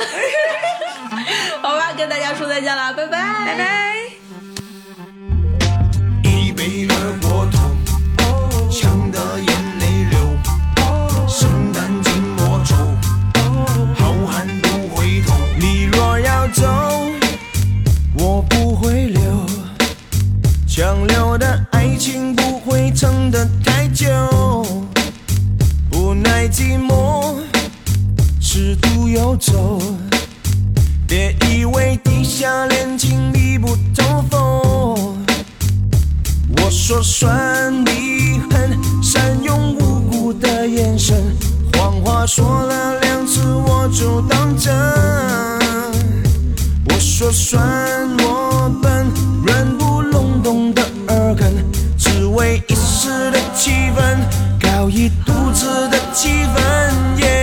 Speaker 1: (laughs) 好吧，跟大家说再见了，拜拜，拜拜。
Speaker 4: 一杯二锅头，呛得眼泪流。身担紧莫愁，好汉不回头。你若要走，我不会留。强留的爱情不会撑得太久，不耐寂寞，适度游走。别以为低下脸睛密不透风。我说算你狠，善用无辜的眼神，谎话说了两次我就当真。我说算我笨，软不隆咚的耳根，只为一时的气氛，搞一肚子的气氛。耶。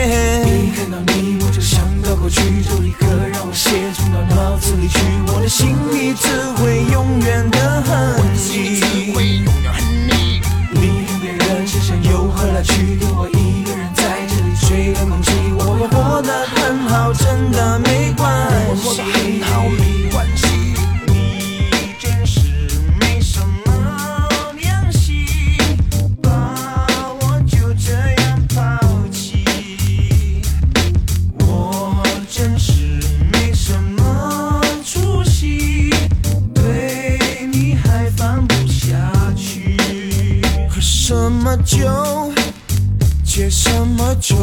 Speaker 4: 一看到你我就想到过去，就立刻让我血冲到脑子里去，我的心里只会永远的恨你。你跟别人身上又何来去？留我一个人在这里吹冷空气，我会活得很好，真的没关系。很好，没关系。你真是没什么良心，把我就这样抛弃。我真是没什么出息，对你还放不下去。喝什么酒，借什么酒，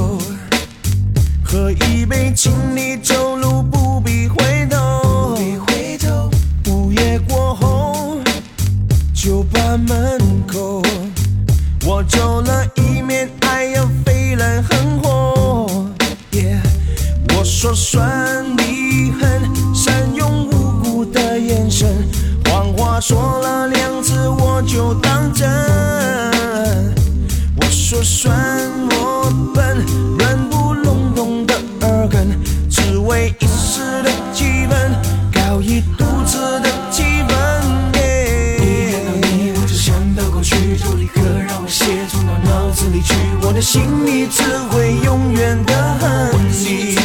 Speaker 4: 喝一杯，请你走路不必回头。午夜过后，酒吧门口，我走了一面，爱要飞来横祸。耶我说算你狠，善用无辜的眼神，谎话说了两次我就当真。
Speaker 6: 算我笨，软不隆咚的耳根，只为一时的气氛，搞一肚子的气氛。一看到你，我就想到过去，就立刻让我血冲到脑子里去，我的心里只会永远的恨你。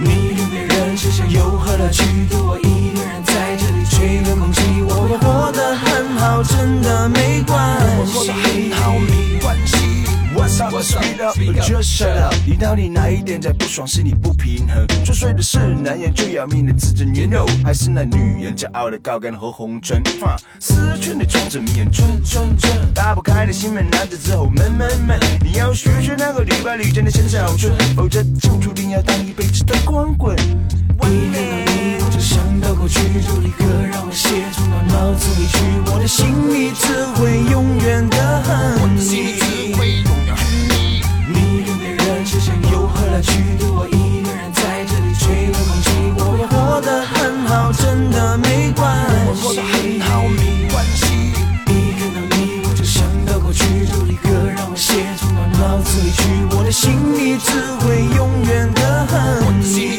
Speaker 6: 你与别人吃香又喝了去，独我一个人在这里吹冷空气，我会活得很好，真的没关系。我活得很好，没关系。What's up? Speak up, just shut up！你到底哪一点在不爽？是你不平衡？作祟的是男人最要命的啊自尊，you know，还是那女人骄傲的高跟和红唇？放丝裙的穿着迷人，春春春，打不开的心门，拿着之后闷闷闷。你要学学那个礼拜里真的先生好春，否则就注定要当一辈子的光棍。一看到你，我就想到过去，就立刻让我血冲到脑子里去，我的心里只会永远的恨你。你跟别人吃香又喝了去，独我一个人在这里吹冷空气，我也活得很好，真的没关系。我活得很好，没关系。一看到你，我就想到过去，就立刻让我血冲到脑子里去，我的心里只会永远的恨你。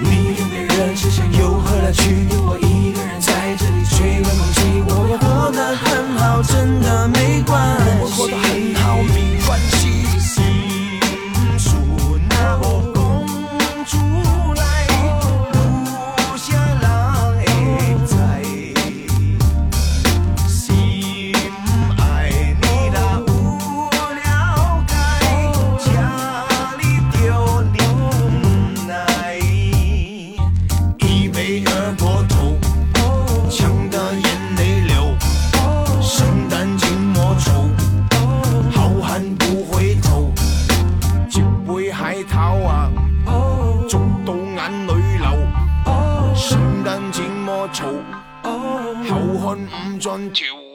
Speaker 6: 你跟别人吃香又喝了去，独我一个人在这里吹冷空气，我也活得很好，真的没关系。我活得很好，没关系。嗯唢呐我供出来，留下来哎在心爱你那无聊开，家里丢牛奶。一杯二锅头，呛得眼泪流。圣诞节莫愁，好汉不回头。接杯海棠啊，醉到眼淚流。聖誕節莫嘈，好漢唔盡調。